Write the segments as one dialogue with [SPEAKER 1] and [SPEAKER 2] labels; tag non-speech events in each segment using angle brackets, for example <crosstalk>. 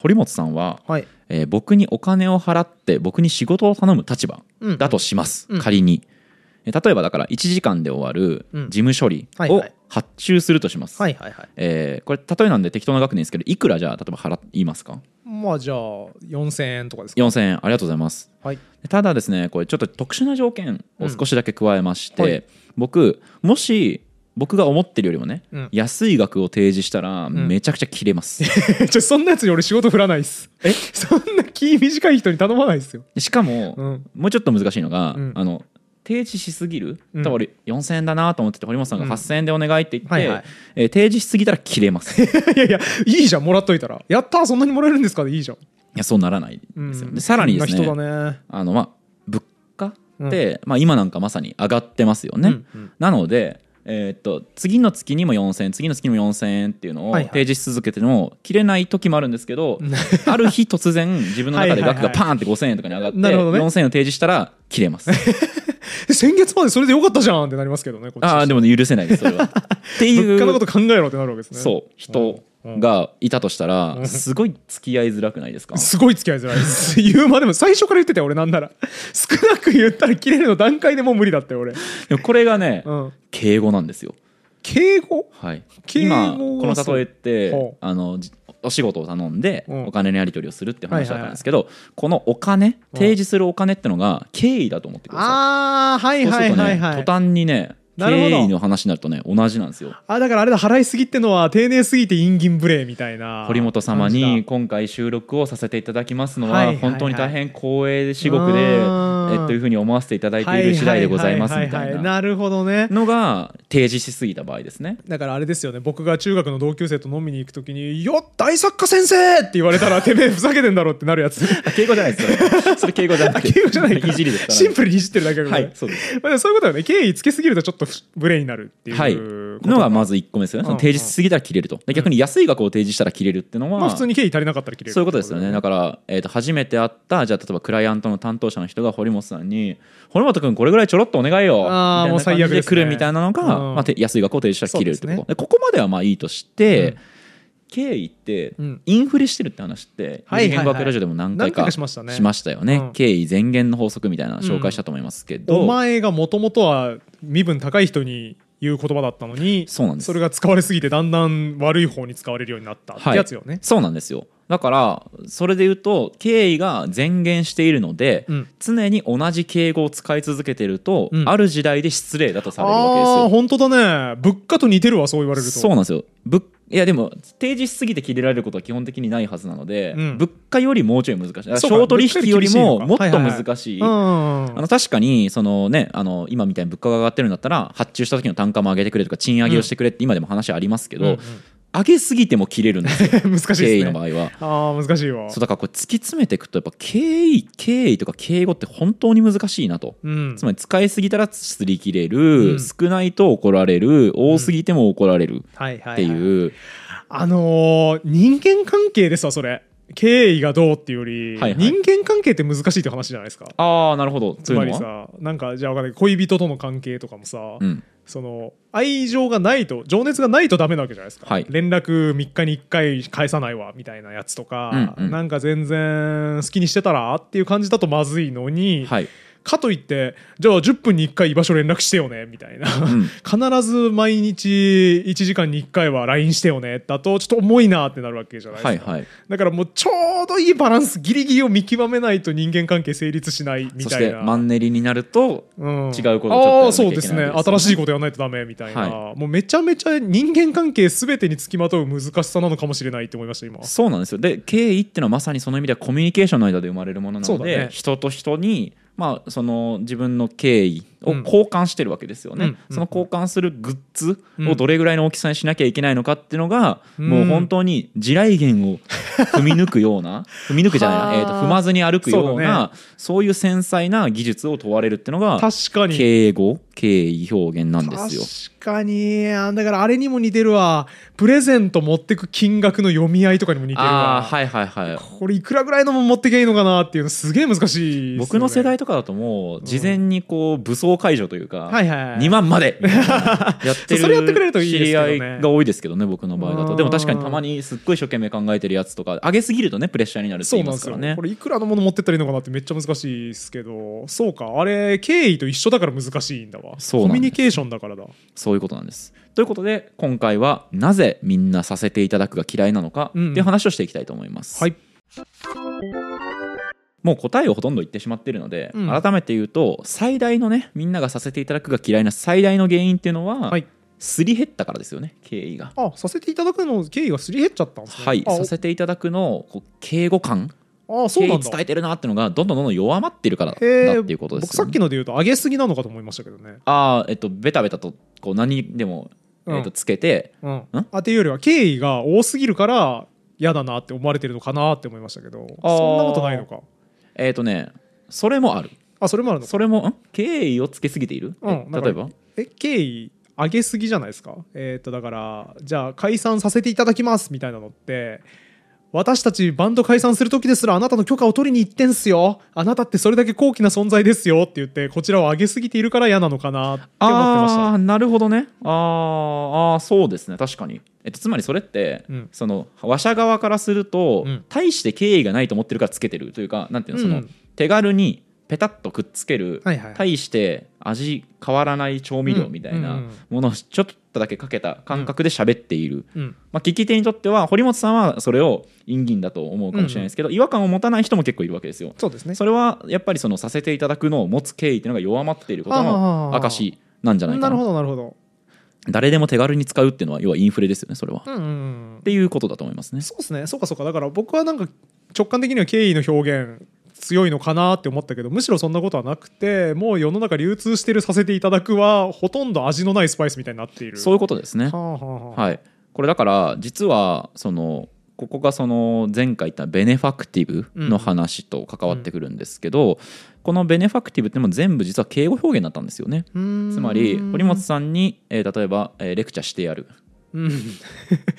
[SPEAKER 1] 堀本さんは、
[SPEAKER 2] はい
[SPEAKER 1] えー僕にお金を払って僕に仕事を頼む立場
[SPEAKER 2] うん
[SPEAKER 1] だとします、
[SPEAKER 2] うん
[SPEAKER 1] 仮にえー例えばだから1時間で終わる
[SPEAKER 2] うん
[SPEAKER 1] 事務処理
[SPEAKER 2] はい
[SPEAKER 1] を
[SPEAKER 2] はい
[SPEAKER 1] 発注するとします、
[SPEAKER 2] はいはいはい
[SPEAKER 1] えーこれ例えなんで適当な額なんですけどいくらじゃあ例えば払いますか
[SPEAKER 2] まあじゃあ4000円とかですか <laughs>
[SPEAKER 1] 4000円ありがとうございます
[SPEAKER 2] はい
[SPEAKER 1] ただですねこれちょっと特殊な条件を少しだけ加えまして、
[SPEAKER 2] うんはい
[SPEAKER 1] 僕もし僕が思ってるよりもね、
[SPEAKER 2] うん
[SPEAKER 1] 安い額を提示したら
[SPEAKER 2] ん
[SPEAKER 1] めちゃくちゃ切れ
[SPEAKER 2] <laughs>
[SPEAKER 1] ます、
[SPEAKER 2] ちょそんなやつに俺仕事振らないっすえそんな気短い人に頼まないっすよ
[SPEAKER 1] でしかも、
[SPEAKER 2] うん <laughs>
[SPEAKER 1] もうちょっと難しいのが、
[SPEAKER 2] うん
[SPEAKER 1] あの提示しすぎる、
[SPEAKER 2] うん
[SPEAKER 1] 多分俺4000円だなと思ってて堀本さんが
[SPEAKER 2] うん
[SPEAKER 1] 8000円でお願いって言って、
[SPEAKER 2] はいはい
[SPEAKER 1] えー提示しすぎたら切れます
[SPEAKER 2] <laughs>
[SPEAKER 1] い
[SPEAKER 2] いやいやいいじゃんもらっといたらやったーそんなにもらえるんですかでいいじゃん、
[SPEAKER 1] やそうならない
[SPEAKER 2] うん
[SPEAKER 1] ですよ、でさらにです
[SPEAKER 2] そん
[SPEAKER 1] ね
[SPEAKER 2] な人だね
[SPEAKER 1] あのまあ物価って、まあ、今なんかまさに上がってますよね、
[SPEAKER 2] うんうん
[SPEAKER 1] なので、えーっと次の月にも4000円次の月にも4000円っていうのを
[SPEAKER 2] はいはい
[SPEAKER 1] 提示し続けても切れない時もあるんですけど、ある日突然自分の中で額がパーンって5000円とかに上がって
[SPEAKER 2] なるほどね
[SPEAKER 1] 4000円を提示したら切れます
[SPEAKER 2] <laughs> え先月までそれでよかったじゃんってなりますけどねこっち
[SPEAKER 1] ああで
[SPEAKER 2] も
[SPEAKER 1] も許せないですそれは。っていう
[SPEAKER 2] 物価のこと考えろってなるわけですね
[SPEAKER 1] そう人がいたとしたらすごい付き合いづらくないですか
[SPEAKER 2] すごい付き合いづらいです言うまでも最初から言ってたよ俺なんなら少なく言ったら切れるの段階でもう無理だったよ俺、
[SPEAKER 1] でもこれがね、
[SPEAKER 2] うん、
[SPEAKER 1] 敬語なんですよ
[SPEAKER 2] 敬語
[SPEAKER 1] はい、
[SPEAKER 2] 敬語は
[SPEAKER 1] 今この例えっ
[SPEAKER 2] ほ
[SPEAKER 1] て
[SPEAKER 2] う
[SPEAKER 1] あのじお仕事を頼んで
[SPEAKER 2] うん
[SPEAKER 1] お金のやり取りをするって話だったんですけど、このお金提示するお金ってのが敬意だと思ってくださ
[SPEAKER 2] ああはいい
[SPEAKER 1] そうす
[SPEAKER 2] は
[SPEAKER 1] る
[SPEAKER 2] い
[SPEAKER 1] とね
[SPEAKER 2] はいはい
[SPEAKER 1] 途端にね
[SPEAKER 2] なるほど
[SPEAKER 1] 敬意の話になるとね同じなんですよ
[SPEAKER 2] あだからあれだ払いすぎってのは丁寧すぎて陰銀無礼みたいな
[SPEAKER 1] 堀本様
[SPEAKER 2] 感じ
[SPEAKER 1] に
[SPEAKER 2] だ
[SPEAKER 1] 今回収録をさせていただきますの
[SPEAKER 2] はいはい
[SPEAKER 1] は
[SPEAKER 2] はい
[SPEAKER 1] 本当に大変光栄至極で、
[SPEAKER 2] うん
[SPEAKER 1] えっというふうに思わせていただいている次第でございますみ
[SPEAKER 2] は
[SPEAKER 1] た
[SPEAKER 2] はいはは
[SPEAKER 1] な
[SPEAKER 2] なるほどね
[SPEAKER 1] のが提示しすぎた場合ですね。
[SPEAKER 2] だからあれですよね僕が中学の同級生と飲みに行くときに「よっ大作家先生!」って言われたらてめえふざけてんだろうってなるやつ
[SPEAKER 1] あ敬語じゃないですそ
[SPEAKER 2] <laughs>
[SPEAKER 1] れ。それ敬語じゃな
[SPEAKER 2] あ
[SPEAKER 1] い。
[SPEAKER 2] 敬語じゃないか
[SPEAKER 1] いじりですからね
[SPEAKER 2] シンプルにいじってるだけだか
[SPEAKER 1] は
[SPEAKER 2] ら、
[SPEAKER 1] い、そうです。
[SPEAKER 2] まあでもそういうことだよね敬意つけすぎるとちょっとふ無礼になるっていう、
[SPEAKER 1] はい、のがまず1個目ですよね、その提示しすぎたら切れると、で逆に安い額を提示したら切れるっていうのは、
[SPEAKER 2] まあ普通に敬意足りなかったら切れる
[SPEAKER 1] そういうことですよね、
[SPEAKER 2] って
[SPEAKER 1] だから、えー、と初めて会った、じゃあ、例えばクライアントの担当者の人が堀本さんに、堀本君、これぐらいちょろっとお願いよ、み
[SPEAKER 2] あー
[SPEAKER 1] たい
[SPEAKER 2] も
[SPEAKER 1] な
[SPEAKER 2] う
[SPEAKER 1] 感
[SPEAKER 2] 最
[SPEAKER 1] じ
[SPEAKER 2] 悪
[SPEAKER 1] で
[SPEAKER 2] ですね
[SPEAKER 1] 来るみたいなのが、
[SPEAKER 2] うん
[SPEAKER 1] まあ、て安い額を提示したら切れるってこと、
[SPEAKER 2] そうです
[SPEAKER 1] でここまではまあいいとして、経緯って、
[SPEAKER 2] うん
[SPEAKER 1] インフレしてるって話って、
[SPEAKER 2] はいはいはい
[SPEAKER 1] 二次元学ラジオでも何回
[SPEAKER 2] 何回
[SPEAKER 1] か
[SPEAKER 2] かしましたね
[SPEAKER 1] よね、
[SPEAKER 2] うん
[SPEAKER 1] 経緯前言の法則みたいなの紹介したと思いますけど、
[SPEAKER 2] お前がもともとは身分高い人に言う言葉だったのに
[SPEAKER 1] そうなんです
[SPEAKER 2] れが使われすぎてだんだん悪い方に使われるようになったってやつよね、
[SPEAKER 1] そうなんですよだからそれで言うと敬意が前言しているので、
[SPEAKER 2] うん
[SPEAKER 1] 常に同じ敬語を使い続けてると、
[SPEAKER 2] うん
[SPEAKER 1] ある時代で失礼だとされるわけです
[SPEAKER 2] ああ
[SPEAKER 1] よ。
[SPEAKER 2] 本当だね物価と似てるわそう言われると
[SPEAKER 1] そうなんですよぶいやでも提示しすぎて切れられることは基本的にないはずなので、
[SPEAKER 2] うん
[SPEAKER 1] 物価よりもうちょい難しいだから
[SPEAKER 2] そうか
[SPEAKER 1] 小取引よりもも
[SPEAKER 2] 物
[SPEAKER 1] っ
[SPEAKER 2] 価
[SPEAKER 1] と
[SPEAKER 2] より厳
[SPEAKER 1] 難し
[SPEAKER 2] しいのか
[SPEAKER 1] い。
[SPEAKER 2] うんうんうん
[SPEAKER 1] あの確かにその、ね、あの今みたいに物価が上がってるんだったら発注した時の単価も上げてくれとか賃上げをしてくれって今でも話ありますけど、
[SPEAKER 2] うんうん
[SPEAKER 1] 上げすぎても切れるん
[SPEAKER 2] <laughs>
[SPEAKER 1] ですよ
[SPEAKER 2] 難しい
[SPEAKER 1] 敬意
[SPEAKER 2] です
[SPEAKER 1] の
[SPEAKER 2] ね
[SPEAKER 1] 場合は。
[SPEAKER 2] ああ難しいわ
[SPEAKER 1] そうだからこれ突き詰めていくとやっぱ敬意敬意とか敬語って本当に難しいなと。
[SPEAKER 2] うん
[SPEAKER 1] つまり使いすぎたら擦り切れる、
[SPEAKER 2] うん
[SPEAKER 1] 少ないと怒られる多すぎても怒られる
[SPEAKER 2] はいはい、は
[SPEAKER 1] っていう、
[SPEAKER 2] あのー人間関係ですわそれ敬意がどうっていうより、
[SPEAKER 1] はいはい
[SPEAKER 2] 人間関係って難しいって話じゃないですか
[SPEAKER 1] ああなるほど
[SPEAKER 2] つ
[SPEAKER 1] とい
[SPEAKER 2] ま
[SPEAKER 1] う
[SPEAKER 2] り
[SPEAKER 1] のは、
[SPEAKER 2] さなんかじゃあわかんない恋人との関係とかもさ、
[SPEAKER 1] うん、
[SPEAKER 2] その愛情がないと情熱がないとダメなわけじゃないですか、
[SPEAKER 1] はい
[SPEAKER 2] 連絡3日に1回返さないわみたいなやつとか、
[SPEAKER 1] うんうん
[SPEAKER 2] なんか全然好きにしてたらっていう感じだとまずいのに、
[SPEAKER 1] はい
[SPEAKER 2] かといってじゃあ10分に1回居場所連絡してよねみた
[SPEAKER 1] <laughs>
[SPEAKER 2] いな、 <laughs>
[SPEAKER 1] ん
[SPEAKER 2] 必ず毎日1時間に1回は LINE してよねだとちょっと重いなってなるわけじゃないで
[SPEAKER 1] はい
[SPEAKER 2] すか、
[SPEAKER 1] はい
[SPEAKER 2] だからもうちょうどいいバランスギリギリを見極めないと人間関係成立しないみ
[SPEAKER 1] そ
[SPEAKER 2] た
[SPEAKER 1] し
[SPEAKER 2] い
[SPEAKER 1] て
[SPEAKER 2] な。
[SPEAKER 1] マンネリになると
[SPEAKER 2] うん
[SPEAKER 1] 違うことをちょ
[SPEAKER 2] あー
[SPEAKER 1] っと
[SPEAKER 2] そ
[SPEAKER 1] やらなきゃいけないわけですよね
[SPEAKER 2] うですね新しいことやらないとダメみたいな、
[SPEAKER 1] は
[SPEAKER 2] もうめちゃめちゃ人間関係すべてにつきまとう難しさなのかもしれないって思いました今
[SPEAKER 1] そうなんですよで敬意ってのはまさにその意味ではコミュニケーションの間で生まれるものな
[SPEAKER 2] そ
[SPEAKER 1] の
[SPEAKER 2] うだ
[SPEAKER 1] で、
[SPEAKER 2] ね
[SPEAKER 1] 人と人に、まあ、その自分の敬意を
[SPEAKER 2] うん
[SPEAKER 1] 交換してるわけですよね、
[SPEAKER 2] うん
[SPEAKER 1] その交換するグッズ
[SPEAKER 2] う
[SPEAKER 1] を
[SPEAKER 2] ん
[SPEAKER 1] どれぐらいの大きさにしなきゃいけないのかっていうのが、
[SPEAKER 2] うん
[SPEAKER 1] もう本当に地雷原を踏み抜くよう
[SPEAKER 2] <laughs>
[SPEAKER 1] な踏み抜くじゃないな、えーと
[SPEAKER 2] はあ
[SPEAKER 1] 踏まずに歩くよう
[SPEAKER 2] そう
[SPEAKER 1] なそう,、いう繊細な技術を問われるっていうのが
[SPEAKER 2] 確かに
[SPEAKER 1] 敬語敬意表現なんですよ。
[SPEAKER 2] 確かにあだからあれにも似てるわプレゼント持ってく金額の読み合いとかにも似てる
[SPEAKER 1] ああ
[SPEAKER 2] わ、
[SPEAKER 1] はいはいはい
[SPEAKER 2] これいくらぐらいのも持ってけいいのかなっていうのすげえ難しいですよね
[SPEAKER 1] 僕の世代とかだともう事前にこう武装解除というか、
[SPEAKER 2] はいはいはい
[SPEAKER 1] 2万までみた
[SPEAKER 2] <laughs>
[SPEAKER 1] いなやって
[SPEAKER 2] それやってくれるといいですけどね
[SPEAKER 1] 知り合いが多いですけどね僕の場合だ
[SPEAKER 2] う
[SPEAKER 1] と
[SPEAKER 2] ん
[SPEAKER 1] でも確かにたまにすっごい一生懸命考えてるやつとか上げすぎるとねプレッシャーになるって
[SPEAKER 2] そ
[SPEAKER 1] 言
[SPEAKER 2] う
[SPEAKER 1] い
[SPEAKER 2] なん
[SPEAKER 1] ま
[SPEAKER 2] ですす
[SPEAKER 1] から
[SPEAKER 2] よ、
[SPEAKER 1] ね
[SPEAKER 2] これいくらのもの持ってったらいいのかなってめっちゃ難しいですけどそうかあれ経緯と一緒だから難しいんだわ
[SPEAKER 1] そうなんです
[SPEAKER 2] コミュニケーションだからだ
[SPEAKER 1] そういうことなんですということで今回はなぜみんなさせていただくが嫌いなのかって
[SPEAKER 2] うん
[SPEAKER 1] いう話をしていきたいと思います、
[SPEAKER 2] はい
[SPEAKER 1] もう答えをほとんど言ってしまっているので、
[SPEAKER 2] うん
[SPEAKER 1] 改めて言うと最大のねみんながさせていただくが嫌いな最大の原因っていうのは、
[SPEAKER 2] はい
[SPEAKER 1] すり減ったからですよね経緯が。
[SPEAKER 2] あさせていただくの経緯がすり減っちゃったんですね
[SPEAKER 1] はい、
[SPEAKER 2] あ
[SPEAKER 1] させていただくのこう敬語感
[SPEAKER 2] あそ
[SPEAKER 1] 敬
[SPEAKER 2] う
[SPEAKER 1] 意
[SPEAKER 2] なん
[SPEAKER 1] 伝
[SPEAKER 2] だ
[SPEAKER 1] えてるなっていうのがどんどんどんどん弱まってるからだって
[SPEAKER 2] へえ
[SPEAKER 1] いうことですよ
[SPEAKER 2] 僕さ
[SPEAKER 1] ね
[SPEAKER 2] っきので言うと上げすぎなのかと思いましたけどね、
[SPEAKER 1] ああえっとベタベタとこう何にでも、
[SPEAKER 2] うん
[SPEAKER 1] えっと、つけて
[SPEAKER 2] うんあっていうよりは経緯が多すぎるから嫌だなって思われてるのかなって思いましたけどそん
[SPEAKER 1] あー
[SPEAKER 2] なことないのか
[SPEAKER 1] えっとねそれもある
[SPEAKER 2] あそれもあるのか
[SPEAKER 1] それもん敬意をつけすぎている、
[SPEAKER 2] うん
[SPEAKER 1] え例えば
[SPEAKER 2] え経緯上げすぎじゃないですかえっ、とだからじゃあ解散させていただきますみたいなのって私たちバンド解散する時ですらあなたの許可を取りに行ってんすよあなたってそれだけ高貴な存在ですよって言ってこちらを上げすぎているから嫌なのかなって思ってました
[SPEAKER 1] ああーなるほどねあーあーそうですね確かに、えっと、つまりそれって、
[SPEAKER 2] うん
[SPEAKER 1] その話者側からすると、
[SPEAKER 2] うん
[SPEAKER 1] 大して敬意がないと思ってるからつけてるというかなんていうのその、
[SPEAKER 2] うん
[SPEAKER 1] 手軽にペタッとくっつける、
[SPEAKER 2] はいはい
[SPEAKER 1] 大して味変わらない調味料みたい
[SPEAKER 2] うんう
[SPEAKER 1] なん
[SPEAKER 2] うん
[SPEAKER 1] ものをちょっとだけかけた感覚で喋っている、
[SPEAKER 2] うん
[SPEAKER 1] まあ、聞き手にとっては堀本さんはそれを陰銀だと思うかもしれないですけど、違和感を持たない人も結構いるわけですよ。
[SPEAKER 2] そうですね
[SPEAKER 1] それはやっぱりそのさせていただくのを持つ経緯っていうのが弱まっていることの
[SPEAKER 2] あー
[SPEAKER 1] 証なんじゃないか
[SPEAKER 2] なるほ
[SPEAKER 1] な
[SPEAKER 2] どなるほど
[SPEAKER 1] 誰でも手軽に使うっていうのは要はインフレですよねそれは、っ
[SPEAKER 2] うんうんうん
[SPEAKER 1] ていうことだと思いますね
[SPEAKER 2] そうですねそうかそうかだから僕はなんか直感的には敬意の表現強いのかなって思ったけどむしろそんなことはなくてもう世の中流通してるさせていただくはほとんど味のないスパイスみたいになっている
[SPEAKER 1] そういうことですね
[SPEAKER 2] はあはあはあ
[SPEAKER 1] はいこれだから実はそのここがその前回言ったベネファクティブの話と関わってくるんですけど、このベネファクティブってのも全部実は敬語表現だったんですよね
[SPEAKER 2] うーん
[SPEAKER 1] つまり堀本さんに、えー例えば、えーレクチャーしてやる
[SPEAKER 2] うんい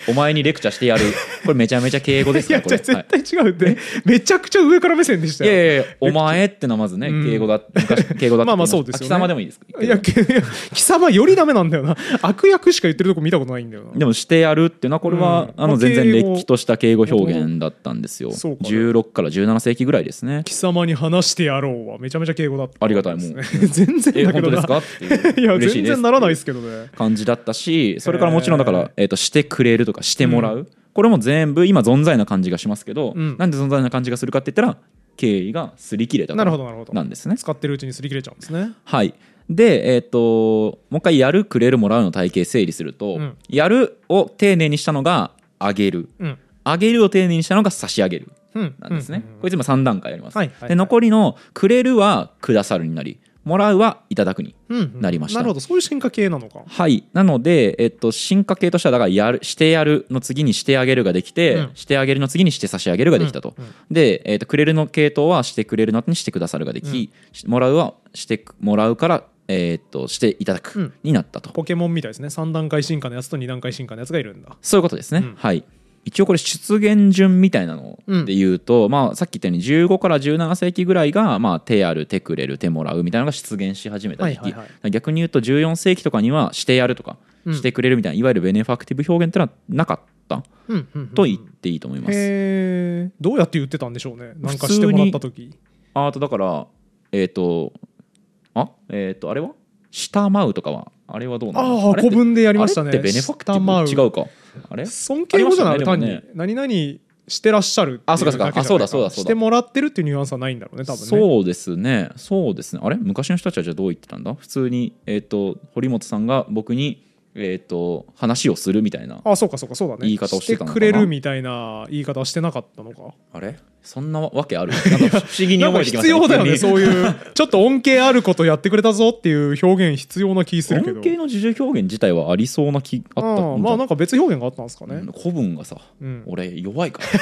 [SPEAKER 1] お前にレクチャーしてやるこれめちゃめちゃ敬語ですか
[SPEAKER 2] や
[SPEAKER 1] ら
[SPEAKER 2] じ
[SPEAKER 1] こ
[SPEAKER 2] ゃ
[SPEAKER 1] れ
[SPEAKER 2] あ絶対違うって、めちゃくちゃ上から目線でした
[SPEAKER 1] い
[SPEAKER 2] よ
[SPEAKER 1] やいやいやお前ってのはまずね、
[SPEAKER 2] うん
[SPEAKER 1] 敬語だ昔敬語だって言いした
[SPEAKER 2] <laughs> まあまあそうですよね
[SPEAKER 1] 貴様でもいいです
[SPEAKER 2] いやけいや貴様よりダメなんだよな悪役しか言ってるとこ見たことないんだよな
[SPEAKER 1] でもしてやるっていうのはこれは、
[SPEAKER 2] うん
[SPEAKER 1] あ
[SPEAKER 2] まあ
[SPEAKER 1] の全然
[SPEAKER 2] 敬語
[SPEAKER 1] れっきとした敬語表現だったんですよ、
[SPEAKER 2] そうか
[SPEAKER 1] 16から17世紀ぐらいですね
[SPEAKER 2] 貴様に話してやろうはめちゃめちゃ敬語だった
[SPEAKER 1] ありがたいもう
[SPEAKER 2] <laughs> 全然
[SPEAKER 1] え
[SPEAKER 2] だけ
[SPEAKER 1] 本当です
[SPEAKER 2] どな
[SPEAKER 1] かっていう
[SPEAKER 2] いや
[SPEAKER 1] 嬉しい
[SPEAKER 2] 全
[SPEAKER 1] です
[SPEAKER 2] 然ならないですけどね
[SPEAKER 1] 感じだったしそれからもちろんだか
[SPEAKER 2] へ
[SPEAKER 1] ら
[SPEAKER 2] ー、
[SPEAKER 1] えー、としてくれるとかしてもらう、これも全部今存在な感じがしますけど、
[SPEAKER 2] うん
[SPEAKER 1] なんで存在な感じがするかって言ったら敬意が擦り切れたか
[SPEAKER 2] なるほ
[SPEAKER 1] ら
[SPEAKER 2] どなるほど
[SPEAKER 1] なんですね。
[SPEAKER 2] 使ってるうちに擦り切れちゃうんですね
[SPEAKER 1] はい、で、えー、ともう一回やるくれるもらうの体系整理すると、
[SPEAKER 2] うん
[SPEAKER 1] やるを丁寧にしたのが上げる
[SPEAKER 2] うん
[SPEAKER 1] 上げるを丁寧にしたのが差し上げる
[SPEAKER 2] うん
[SPEAKER 1] なんですね、
[SPEAKER 2] うん
[SPEAKER 1] こいつ今3段階あります、
[SPEAKER 2] はいはいはい
[SPEAKER 1] で残りのくれるはくださるになりもらうはいただくに
[SPEAKER 2] うんうん
[SPEAKER 1] なりました
[SPEAKER 2] なるほどそういう進化系なのか
[SPEAKER 1] はいなので、えっと、進化系としてはだからやるしてやるの次にしてあげるができて、
[SPEAKER 2] うん
[SPEAKER 1] してあげるの次にして差し上げるができたと、
[SPEAKER 2] うんうん
[SPEAKER 1] で、えっと、くれるの系統はしてくれるの後にしてくださるができ、しもらうはしてくもらうから、えっとしていただく、
[SPEAKER 2] うん
[SPEAKER 1] になったと
[SPEAKER 2] ポケモンみたいですね3段階進化のやつと2段階進化のやつがいるんだ
[SPEAKER 1] そういうことですね、
[SPEAKER 2] うん
[SPEAKER 1] はい一応これ出現順みたいなの
[SPEAKER 2] うん
[SPEAKER 1] で言うと、まあ、さっき言ったように15から17世紀ぐらいが、まあ、手ある手くれる手もらうみたいなのが出現し始めた時期、
[SPEAKER 2] はいはい
[SPEAKER 1] 逆に言うと14世紀とかにはしてやるとか
[SPEAKER 2] うん
[SPEAKER 1] してくれるみたいな、いわゆるベネファクティブ表現ってのはなかった
[SPEAKER 2] うんうん
[SPEAKER 1] と言っていいと思います、
[SPEAKER 2] へえどうやって言ってたんでしょうねなんかしてもらった時
[SPEAKER 1] あとだからえっ、とあえっ、とあれは下舞うとかはあれはどうなの
[SPEAKER 2] ああ
[SPEAKER 1] れって
[SPEAKER 2] 古文でやりましたね
[SPEAKER 1] あれってベネファクティ
[SPEAKER 2] 下
[SPEAKER 1] ブ
[SPEAKER 2] 舞
[SPEAKER 1] 違うかあれ
[SPEAKER 2] 尊敬語じゃな
[SPEAKER 1] あ
[SPEAKER 2] い
[SPEAKER 1] りま
[SPEAKER 2] 単
[SPEAKER 1] した
[SPEAKER 2] に
[SPEAKER 1] ね
[SPEAKER 2] 何々してらっしゃるってい
[SPEAKER 1] あそうかそうか
[SPEAKER 2] だけじゃない
[SPEAKER 1] あそうだそうだそうだ
[SPEAKER 2] してもらってるっていうニュアンスはないんだろうね多分ね
[SPEAKER 1] そうですねそうですねあれ昔の人たちはじゃあどう言ってたんだ普通に、えー、と堀本さんが僕に、えー、と話をするみたいなあ
[SPEAKER 2] あそうかそうかそうだね
[SPEAKER 1] 言い方をしてたのかな
[SPEAKER 2] くれるみたいな言い方はしてなかったのか
[SPEAKER 1] れそんなわけある <laughs> なんか不思議に
[SPEAKER 2] なん
[SPEAKER 1] 思
[SPEAKER 2] か
[SPEAKER 1] えてきま
[SPEAKER 2] 必
[SPEAKER 1] した
[SPEAKER 2] 要だよね
[SPEAKER 1] 急
[SPEAKER 2] そういうちょっと恩恵あることやってくれたぞっていう表現必要な気する
[SPEAKER 1] に
[SPEAKER 2] けど
[SPEAKER 1] 恩恵の自重表現自体はありそうな気あった
[SPEAKER 2] ああまあなんか別表現があったんですか
[SPEAKER 1] う
[SPEAKER 2] ね
[SPEAKER 1] ん古文がさ、
[SPEAKER 2] うん
[SPEAKER 1] 俺弱いから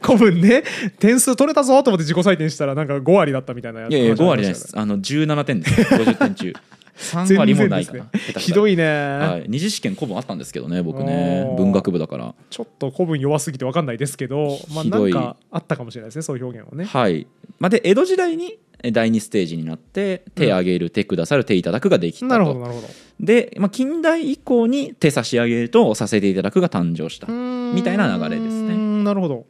[SPEAKER 2] 古文ね点数取れたぞと思って自己採点したらなんか5割だったみたいなやつ
[SPEAKER 1] いやいや5割
[SPEAKER 2] 話
[SPEAKER 1] で
[SPEAKER 2] ありました
[SPEAKER 1] すあの17点です50点中3割もないかな、
[SPEAKER 2] <laughs> 全然
[SPEAKER 1] 下手
[SPEAKER 2] ね
[SPEAKER 1] し
[SPEAKER 2] ひ
[SPEAKER 1] たら
[SPEAKER 2] どいね、
[SPEAKER 1] はい、二次試験古文あったんですけどね僕ね
[SPEAKER 2] おー
[SPEAKER 1] 文学部だから
[SPEAKER 2] ちょっと古文弱すぎて分かんないですけど、まあ、
[SPEAKER 1] ひ
[SPEAKER 2] な
[SPEAKER 1] ど
[SPEAKER 2] ん
[SPEAKER 1] い
[SPEAKER 2] かあったかもしれないですねそういう表現はね
[SPEAKER 1] はい、まあ、で江戸時代にえ第2ステージになって手あげる、手くださる手いただくができたと
[SPEAKER 2] なるほどなるほど
[SPEAKER 1] で、まあ、近代以降に手差し上げるとさせていただくが誕生したみ
[SPEAKER 2] み
[SPEAKER 1] たいな流れですね
[SPEAKER 2] なるほど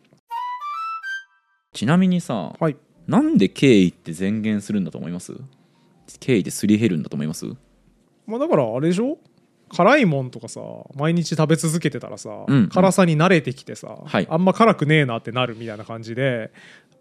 [SPEAKER 1] ちなみにさ
[SPEAKER 2] はい
[SPEAKER 1] なんで敬意って前言するんだと思います敬意ってすり減るんだと思います
[SPEAKER 2] まあだからあれでしょ辛いもんとかさ毎日食べ続けてたらさ、
[SPEAKER 1] うん
[SPEAKER 2] 辛さに慣れてきてさ、
[SPEAKER 1] はい
[SPEAKER 2] あんま辛くねえなってなるみたいな感じで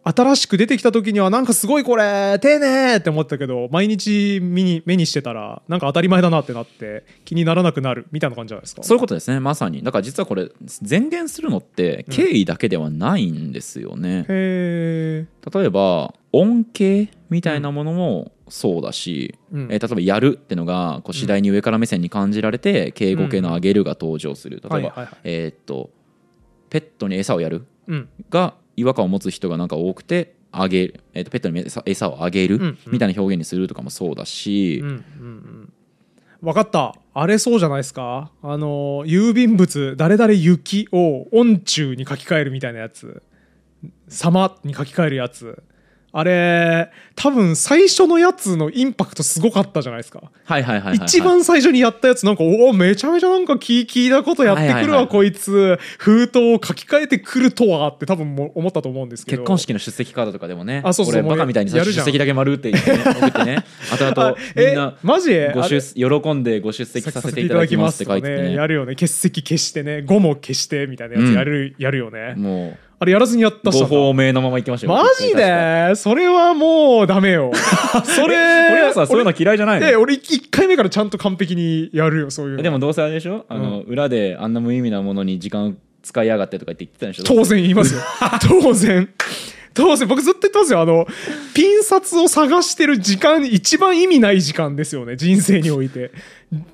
[SPEAKER 2] 新しく出てきた時にはなんかすごいこれ丁寧って思ったけど毎日目に目にしてたらなんか当たり前だなってなって気にならなくなるみたいな感じじゃないですか
[SPEAKER 1] そういうことですねまさにだから実はこれ前言するのって
[SPEAKER 2] うん
[SPEAKER 1] 敬意だけではないんですよね、
[SPEAKER 2] へえ
[SPEAKER 1] 例えば恩恵みたいなものもそうだし、
[SPEAKER 2] うん
[SPEAKER 1] えー例えば「やる」ってのがこう次第に上から目線に感じられて敬語系の「あげる」が登場する例えば、
[SPEAKER 2] はいはいはい
[SPEAKER 1] えーっとペットに餌をやる
[SPEAKER 2] うん
[SPEAKER 1] が違和感を持つ人がなんか多くてあげる、えーっとペットに餌餌をあげ
[SPEAKER 2] うんう
[SPEAKER 1] る
[SPEAKER 2] ん
[SPEAKER 1] みたいな表現にするとかもそうだし、
[SPEAKER 2] うんうんうん分かったあれそうじゃないですかあの郵便物「誰々雪」を「音中」に書き換えるみたいなやつ「様」に書き換えるやつあれ多分最初のやつのインパクトすごかったじゃないですか、
[SPEAKER 1] はいはいはいはいはい、
[SPEAKER 2] 一番最初にやったやつなんかおおめちゃめちゃなんか聞聞いたことやってくるわ、
[SPEAKER 1] はいはいはい
[SPEAKER 2] こいつ封筒を書き換えてくるとはって多分も思ったと思うんですけど
[SPEAKER 1] 結婚式の出席カードとかでもね
[SPEAKER 2] あそうそう
[SPEAKER 1] 俺
[SPEAKER 2] もう
[SPEAKER 1] バカみたいにさ
[SPEAKER 2] やる
[SPEAKER 1] 出
[SPEAKER 2] じゃん
[SPEAKER 1] 席だけ丸って言って、ね、送って
[SPEAKER 2] <laughs>
[SPEAKER 1] ね後
[SPEAKER 2] あ
[SPEAKER 1] 々みん
[SPEAKER 2] え
[SPEAKER 1] な
[SPEAKER 2] マジ
[SPEAKER 1] ご
[SPEAKER 2] あれ
[SPEAKER 1] 出喜んでご出席させていただきますって書いててね
[SPEAKER 2] やるよね欠席消してね5も消してみたいなや
[SPEAKER 1] う
[SPEAKER 2] つ
[SPEAKER 1] ん
[SPEAKER 2] やる,、やるよね
[SPEAKER 1] もう
[SPEAKER 2] あれやらずにやったし
[SPEAKER 1] ご
[SPEAKER 2] たんだ
[SPEAKER 1] 芳名のまま行きましたよ
[SPEAKER 2] マジでそれはもうダ
[SPEAKER 1] <laughs>
[SPEAKER 2] メよそれ
[SPEAKER 1] 俺はさそういうの嫌いじゃない
[SPEAKER 2] 俺で
[SPEAKER 1] の
[SPEAKER 2] 俺1回目からちゃんと完璧にやるよそういうの
[SPEAKER 1] でもどうせあれでしょあの、裏であんな無意味なものに時間使いやがってとか言って言ってたでしょ
[SPEAKER 2] 当然言い
[SPEAKER 1] <laughs>
[SPEAKER 2] ますよ当然当然僕ずっと言ってますよあのピン札を探してる時間一番意味ない時間ですよね人生において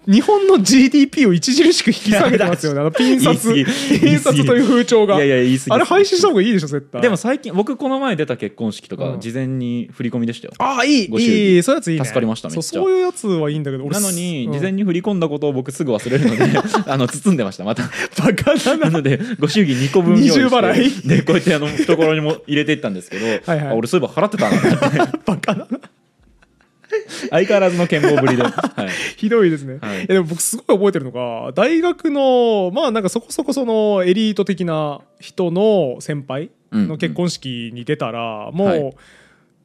[SPEAKER 2] 日本の GDP を著しく引き下げてますよねあのピン札
[SPEAKER 1] 言い過ぎ
[SPEAKER 2] ピン札という風潮が
[SPEAKER 1] いやいや言い過ぎ
[SPEAKER 2] あれ廃止した方がいいでしょ絶対
[SPEAKER 1] でも最近僕この前出た結婚式と
[SPEAKER 2] う
[SPEAKER 1] か
[SPEAKER 2] ん
[SPEAKER 1] 事前に振り込みでしたよ、
[SPEAKER 2] ああいい
[SPEAKER 1] ご祝儀
[SPEAKER 2] いいそういうやついいね
[SPEAKER 1] 助かりましためっちゃ
[SPEAKER 2] そうそういうやつはいいんだけど俺
[SPEAKER 1] なのに
[SPEAKER 2] うん
[SPEAKER 1] 事前に振り込んだことを僕すぐ忘れるのであの包んでましたまた
[SPEAKER 2] <laughs> バカ
[SPEAKER 1] <laughs>
[SPEAKER 2] だな
[SPEAKER 1] なのでご祝儀2個分用意して
[SPEAKER 2] 二重払い
[SPEAKER 1] でこうやってあの懐にも入れていったんですけど
[SPEAKER 2] <laughs> はいはい
[SPEAKER 1] あ俺そういえば払ってたなって
[SPEAKER 2] バカだな
[SPEAKER 1] 相変わらずの剣豪ぶりで、はい、
[SPEAKER 2] <laughs> ひどいですね、
[SPEAKER 1] はい
[SPEAKER 2] いやでも僕すごい覚えてるのが大学のまあなんかそこそこそのエリート的な人の先輩
[SPEAKER 1] うん
[SPEAKER 2] の結婚式に出たら、もう、
[SPEAKER 1] はい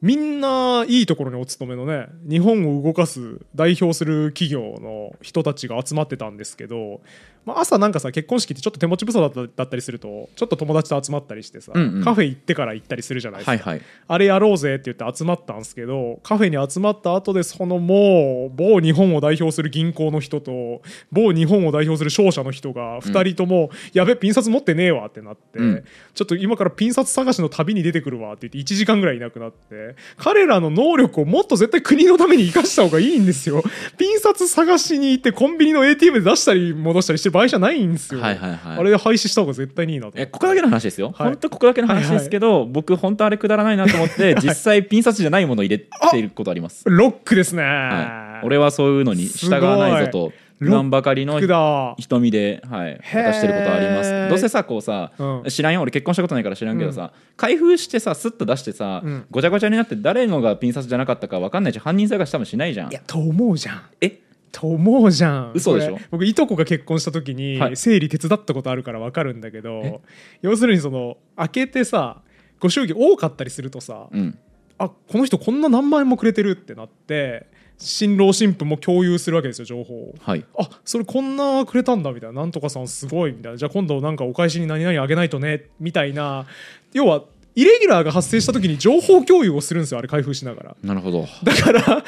[SPEAKER 2] みんないいところにお勤めのね日本を動かす代表する企業の人たちが集まってたんですけど、まあ、朝なんかさ結婚式ってちょっと手持ち無沙汰だだったりするとちょっと友達と集まったりしてさ、
[SPEAKER 1] うんうん
[SPEAKER 2] カフェ行ってから行ったりするじゃないですか
[SPEAKER 1] はいはい
[SPEAKER 2] あれやろうぜって言って集まったんですけどカフェに集まった後でそのもう某日本を代表する銀行の人と某日本を代表する商社の人が2人とも「やべピン札持ってねえわ」ってなって、
[SPEAKER 1] うん
[SPEAKER 2] ちょっと今からピン札探しの旅に出てくるわ」って言って1時間ぐらいいなくなって彼らの能力をもっと絶対国のために生かした方がいいんですよ。ピン札探しに行ってコンビニの ATM で出したり戻したりしてる場合じゃないんですよ。
[SPEAKER 1] はいはいはい
[SPEAKER 2] あれ廃止した方が絶対にいいなと思って
[SPEAKER 1] えここだけの話ですよ、
[SPEAKER 2] はい
[SPEAKER 1] 本当ここだけの話ですけど、僕本当あれくだらないなと思って、実際ピン札じゃないものを入れていることあります、
[SPEAKER 2] ロックですね、
[SPEAKER 1] はい、俺はそういうのに従わないぞと
[SPEAKER 2] ごい
[SPEAKER 1] 不安ばかりの
[SPEAKER 2] ロックだ
[SPEAKER 1] 瞳で、はい、渡してることありま
[SPEAKER 2] へ
[SPEAKER 1] す
[SPEAKER 2] ー
[SPEAKER 1] どうせさこうさ、
[SPEAKER 2] うん
[SPEAKER 1] 知らんよ俺結婚したことないから知らんけどさ、開封してさスッと出してさ、
[SPEAKER 2] うん
[SPEAKER 1] ごちゃごちゃになって誰のがピン札じゃなかったか分かんないし犯人探し多分しないじゃん
[SPEAKER 2] いやと思うじゃん
[SPEAKER 1] え
[SPEAKER 2] と思うじゃん
[SPEAKER 1] 嘘でしょ
[SPEAKER 2] これ僕いとこが結婚した時に
[SPEAKER 1] はい
[SPEAKER 2] 整理手伝ったことあるから分かるんだけど、
[SPEAKER 1] え
[SPEAKER 2] 要するにその開けてさご祝儀多かったりするとさ、
[SPEAKER 1] うん
[SPEAKER 2] あこの人こんな何万円もくれてるってなって新郎新婦も共有するわけですよ情報を。
[SPEAKER 1] はい
[SPEAKER 2] あそれこんなくれたんだみたいななんとかさんすごいみたいなじゃあ今度なんかお返しに何々あげないとねみたいな要はイレギュラーが発生した時に情報共有をするんですよあれ開封しながら
[SPEAKER 1] なるほど
[SPEAKER 2] だから、あれ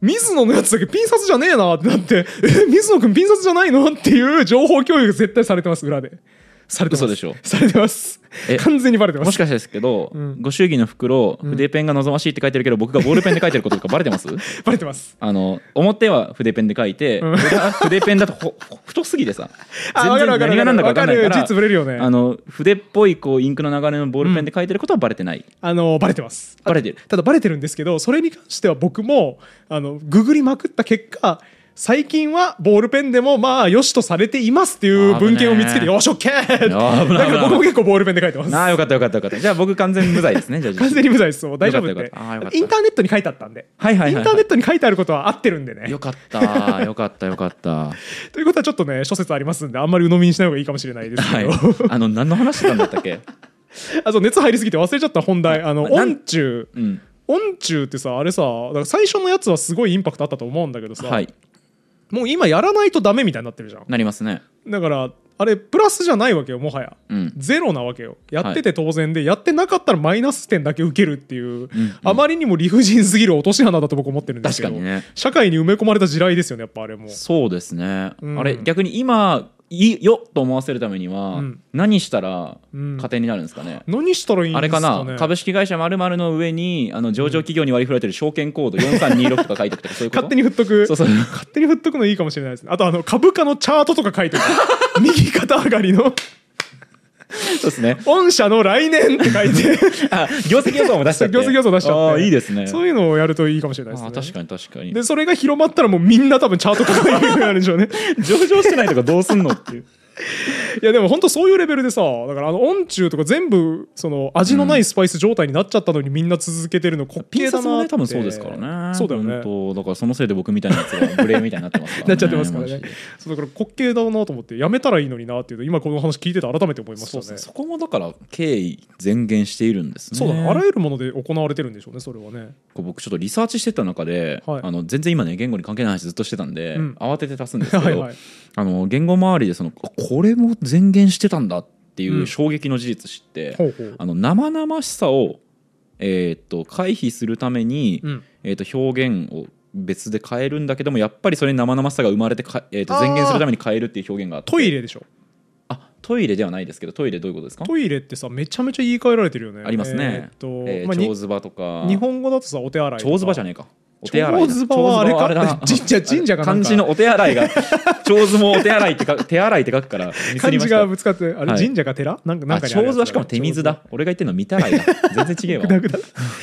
[SPEAKER 2] 水野のやつだけピン札じゃねえなってなって、え、水野くんピン札じゃないのっていう情報共有が絶対されてます、裏で。されてます
[SPEAKER 1] 嘘でしょ
[SPEAKER 2] されてます
[SPEAKER 1] え
[SPEAKER 2] 完全にバレてま
[SPEAKER 1] もし
[SPEAKER 2] す
[SPEAKER 1] かしてですけど、
[SPEAKER 2] うん
[SPEAKER 1] ご祝儀の袋
[SPEAKER 2] うん
[SPEAKER 1] 筆ペンが望ましいって書いてるけど僕がボールペンで書いてることとかバレてます
[SPEAKER 2] <laughs> バレてます
[SPEAKER 1] あの表は筆ペンで書いて、
[SPEAKER 2] うん
[SPEAKER 1] 裏筆ペンだとほほ太すぎてさ
[SPEAKER 2] あわかるわかる
[SPEAKER 1] 何が何だか分
[SPEAKER 2] わ
[SPEAKER 1] か
[SPEAKER 2] か
[SPEAKER 1] んない
[SPEAKER 2] る
[SPEAKER 1] から
[SPEAKER 2] 実ぶれるよね
[SPEAKER 1] あの筆っぽいこうインクの流れのボールペンで書いてることはバレてない、
[SPEAKER 2] あのバレてます
[SPEAKER 1] バレてる
[SPEAKER 2] あただバレてるんですけどそれに関しては僕もあのググりまくった結果最近はボールペンでもまあよしとされていますっていう文献を見つけ
[SPEAKER 1] 危
[SPEAKER 2] て
[SPEAKER 1] ねえ
[SPEAKER 2] よしオッケーだ
[SPEAKER 1] や危ない
[SPEAKER 2] から僕も結構ボールペンで書いてます
[SPEAKER 1] ああよかったよかったよかったじゃあ僕完全無罪ですねじゃあ
[SPEAKER 2] 完全に無罪ですもう大丈夫っ
[SPEAKER 1] よかってたよかったあーよかった
[SPEAKER 2] インターネットに書いてあったんで
[SPEAKER 1] はいはいはいはい
[SPEAKER 2] インターネットに書いてあることは合ってるんでね
[SPEAKER 1] よかったよかったよかった
[SPEAKER 2] ということはちょっとね諸説ありますんであんまり鵜呑みにしない方がいいかもしれないです
[SPEAKER 1] は
[SPEAKER 2] <laughs> け
[SPEAKER 1] い
[SPEAKER 2] ど、
[SPEAKER 1] あの何の話してたんだったっけ
[SPEAKER 2] あと熱入りすぎて忘れちゃった本題あの
[SPEAKER 1] <laughs> なん
[SPEAKER 2] 音中
[SPEAKER 1] うん
[SPEAKER 2] 音中ってさあれさだから最初のやつはすごいインパクトあったと思うんだけどさ、
[SPEAKER 1] はい
[SPEAKER 2] もう今やらないとダメみたいになってるじゃん
[SPEAKER 1] なりますね
[SPEAKER 2] だからあれプラスじゃないわけよもはや、
[SPEAKER 1] うん
[SPEAKER 2] ゼロなわけよやってて当然で、やってなかったらマイナス点だけ受けるっていう、
[SPEAKER 1] ん
[SPEAKER 2] あまりにも理不尽すぎる落とし穴だと僕思ってるんですけど
[SPEAKER 1] 確かにね
[SPEAKER 2] 社会に埋め込まれた地雷ですよねやっぱあれも
[SPEAKER 1] そうですね、
[SPEAKER 2] うん
[SPEAKER 1] あれ逆に今いいよと思わせるためには、
[SPEAKER 2] うん
[SPEAKER 1] 何したら
[SPEAKER 2] うん
[SPEAKER 1] 家庭になるんですかね、
[SPEAKER 2] 何したらいいん
[SPEAKER 1] あ
[SPEAKER 2] で
[SPEAKER 1] れ
[SPEAKER 2] すか
[SPEAKER 1] か
[SPEAKER 2] ね
[SPEAKER 1] な株式会社まるの上にあの上場企業に割り振られてる証券コード4326とか書いておくとかそういうこと
[SPEAKER 2] 勝手に振っとく
[SPEAKER 1] そうそう <laughs>
[SPEAKER 2] 勝手に振っとくのいいかもしれないですねあとあの株価のチャートとか書いておく右肩上がりの
[SPEAKER 1] そうですね
[SPEAKER 2] 御社の来年って書いて
[SPEAKER 1] あ業績予想も出しちゃって
[SPEAKER 2] 業績予想出しちゃ
[SPEAKER 1] あ
[SPEAKER 2] っ
[SPEAKER 1] あ
[SPEAKER 2] て
[SPEAKER 1] いいです <laughs> ね
[SPEAKER 2] そういうのをやるといいかもしれないです
[SPEAKER 1] あ
[SPEAKER 2] ね
[SPEAKER 1] あ確かに確かに
[SPEAKER 2] でそれが広まったらもうみんな多分チャートとかいうようになるんでしょうね
[SPEAKER 1] 上場してないとかどうすんの
[SPEAKER 2] <laughs>
[SPEAKER 1] っていう
[SPEAKER 2] いやでも本当そういうレベルでさだからあの音中とか全部その味のないスパイス状態になっちゃったのにみんな続けてるの滑
[SPEAKER 1] ピ
[SPEAKER 2] 稽
[SPEAKER 1] ン
[SPEAKER 2] だ
[SPEAKER 1] サスも
[SPEAKER 2] なっ
[SPEAKER 1] ね
[SPEAKER 2] て
[SPEAKER 1] 多分そうですからね
[SPEAKER 2] そうだよね
[SPEAKER 1] 本当だからそのせいで僕みたいなやつが無礼みたいになってますから、ね、
[SPEAKER 2] <laughs> なっちゃってますから
[SPEAKER 1] マ
[SPEAKER 2] ね
[SPEAKER 1] ジで
[SPEAKER 2] そうだから滑稽だなと思ってやめたらいいのになっていうの今この話聞いてて改めて思いました
[SPEAKER 1] そう
[SPEAKER 2] ね
[SPEAKER 1] ですねそこもだから敬意全言しているんですね
[SPEAKER 2] そうだね、あらゆるもので行われてるんでしょうね、それはね。
[SPEAKER 1] こう僕ちょっとリサーチしてた中で、
[SPEAKER 2] はい
[SPEAKER 1] あの全然今ね言語に関係ない話ずっとしてたんで、
[SPEAKER 2] うん
[SPEAKER 1] 慌てて足すんですけど
[SPEAKER 2] はいはい。
[SPEAKER 1] あの言語周りでそのあこれも前言してたんだっていううん衝撃の事実知って、
[SPEAKER 2] ほうほう。
[SPEAKER 1] あの生々しさを、えーっと回避するために、
[SPEAKER 2] うん。
[SPEAKER 1] えー、と表現を別で変えるんだけどもやっぱりそれに生々しさが生まれてか、えー、と前言するために変えるっていう表現があって
[SPEAKER 2] トイレでしょ。
[SPEAKER 1] あトイレではないですけどトイレどういうことですか
[SPEAKER 2] トイレってさ、めちゃめちゃ言い換えられてるよね。
[SPEAKER 1] ありますね
[SPEAKER 2] えー
[SPEAKER 1] え
[SPEAKER 2] っと、
[SPEAKER 1] ー
[SPEAKER 2] まあ
[SPEAKER 1] 蝶
[SPEAKER 2] に、
[SPEAKER 1] ズバとか
[SPEAKER 2] 日本語だとさ、お手洗いとか。
[SPEAKER 1] 蝶ズバじゃ
[SPEAKER 2] い
[SPEAKER 1] ねえかお手洗いだ
[SPEAKER 2] 蝶ズバはあれか
[SPEAKER 1] 蝶ズバ
[SPEAKER 2] <laughs>
[SPEAKER 1] だな
[SPEAKER 2] 神社神社かなんか
[SPEAKER 1] 漢字のお手洗
[SPEAKER 2] <laughs>
[SPEAKER 1] いが蝶ズもお手洗いってか手洗いって書くからミスりま
[SPEAKER 2] 漢字
[SPEAKER 1] した
[SPEAKER 2] がぶつかって、あれ、
[SPEAKER 1] はい
[SPEAKER 2] 神社か寺なんか、なん
[SPEAKER 1] あ
[SPEAKER 2] かにあるや
[SPEAKER 1] 蝶
[SPEAKER 2] つ
[SPEAKER 1] ズはしかも手水
[SPEAKER 2] <laughs>
[SPEAKER 1] だ俺が言ってるのは見たらいだ全然違えわ
[SPEAKER 2] ぐだぐだ。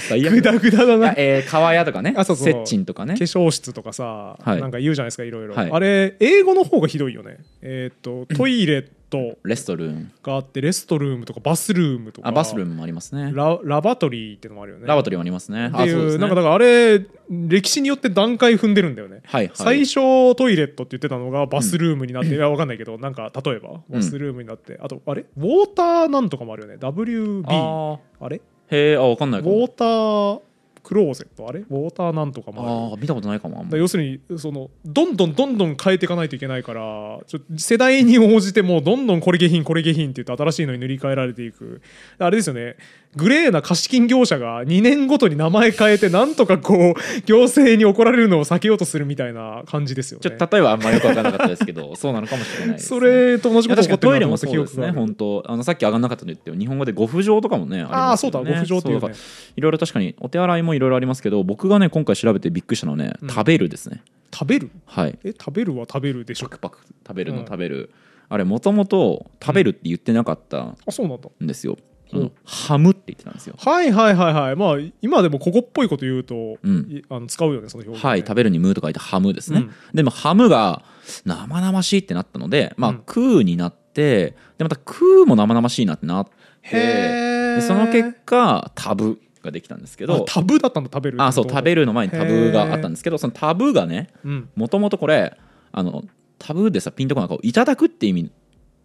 [SPEAKER 1] 最悪
[SPEAKER 2] ぐだぐだだ
[SPEAKER 1] いや
[SPEAKER 2] な。
[SPEAKER 1] えー川屋とかね
[SPEAKER 2] あそうそう
[SPEAKER 1] ッチンとかね
[SPEAKER 2] 化粧室とかさ、
[SPEAKER 1] はい
[SPEAKER 2] なんか言うじゃないですか、いろいろ。
[SPEAKER 1] はい
[SPEAKER 2] あれ、英語の方がひどいよね。えーっと、トイレと
[SPEAKER 1] レストルーム
[SPEAKER 2] があって、レストルームとか、バスルームとか。
[SPEAKER 1] あバスルームもありますね
[SPEAKER 2] ララバトリーってのもあるよね。
[SPEAKER 1] ラバトリーもありますね
[SPEAKER 2] って
[SPEAKER 1] あ
[SPEAKER 2] い
[SPEAKER 1] そううです
[SPEAKER 2] なんか
[SPEAKER 1] ね
[SPEAKER 2] だからあれ歴史によって段階踏んでるんだよね、
[SPEAKER 1] はいはい
[SPEAKER 2] 最初トイレットって言ってたのがバスルームになって、いやわかんないけどなんか例えばバスルームになって、あとあれウォーターなんとかもあるよね WB あ
[SPEAKER 1] あ
[SPEAKER 2] れ
[SPEAKER 1] ーへえあわかんな
[SPEAKER 2] ウ
[SPEAKER 1] いかも
[SPEAKER 2] ォータークローゼットあれウォーターなんとかもあるよね
[SPEAKER 1] ああ見たことないかもあん
[SPEAKER 2] だ
[SPEAKER 1] ま
[SPEAKER 2] から要するにそのどんどんどんどん変えていかないといけないからちょ世代に応じてもうどんどんこれ下品これ下品って言って新しいのに塗り替えられていくあれですよねグレーな貸金業者が2年ごとに名前変えてなんとかこう行政に怒られるのを避けようとするみたいな感じですよ
[SPEAKER 1] ちょっ
[SPEAKER 2] ね
[SPEAKER 1] と例えばあんまよくわからなかったですけどそうなのかもしれないですね
[SPEAKER 2] それと同
[SPEAKER 1] い
[SPEAKER 2] じこ
[SPEAKER 1] や確か
[SPEAKER 2] と起こっ
[SPEAKER 1] に
[SPEAKER 2] てる
[SPEAKER 1] トイ
[SPEAKER 2] な
[SPEAKER 1] レ
[SPEAKER 2] と思
[SPEAKER 1] も
[SPEAKER 2] った
[SPEAKER 1] そう
[SPEAKER 2] 記
[SPEAKER 1] で
[SPEAKER 2] 憶
[SPEAKER 1] す
[SPEAKER 2] が
[SPEAKER 1] ね
[SPEAKER 2] ある
[SPEAKER 1] 本当あのさっき上がんなかったと言っても日本語で「ご不浄」とかもねありますよね
[SPEAKER 2] あーそうだご不浄っていうね
[SPEAKER 1] そだからいろいろ確かにお手洗いもいろいろありますけど僕がね今回調べてびっくりしたのはね、
[SPEAKER 2] うん
[SPEAKER 1] 食べるですね
[SPEAKER 2] 食べる
[SPEAKER 1] はい
[SPEAKER 2] え食べるは食べるでしょ
[SPEAKER 1] パクパク食べるの
[SPEAKER 2] うん
[SPEAKER 1] 食べる、あれもともと食べるって言ってなかった
[SPEAKER 2] あそうなんだ
[SPEAKER 1] んですよ、
[SPEAKER 2] うん
[SPEAKER 1] あのハムって言ってたんですよ
[SPEAKER 2] はいはいはいはいまあ今でもここっぽいこと言うと、
[SPEAKER 1] うん
[SPEAKER 2] いあの使うよねその表現ね、
[SPEAKER 1] はい、食べるにムーと書いてハムですね、
[SPEAKER 2] うん
[SPEAKER 1] でもハムが生々しいってなったので、まあ
[SPEAKER 2] うん
[SPEAKER 1] クーになってでまたクーも生々しいなってなって
[SPEAKER 2] へー
[SPEAKER 1] でその結果タブができたんですけ
[SPEAKER 2] あ
[SPEAKER 1] ど
[SPEAKER 2] タブーだったんだ食べる
[SPEAKER 1] あそう食べるの前にタブーがあったんですけどそのタブーがね
[SPEAKER 2] うん
[SPEAKER 1] もともとこれあのタブーでさピンとこないこういただくって意味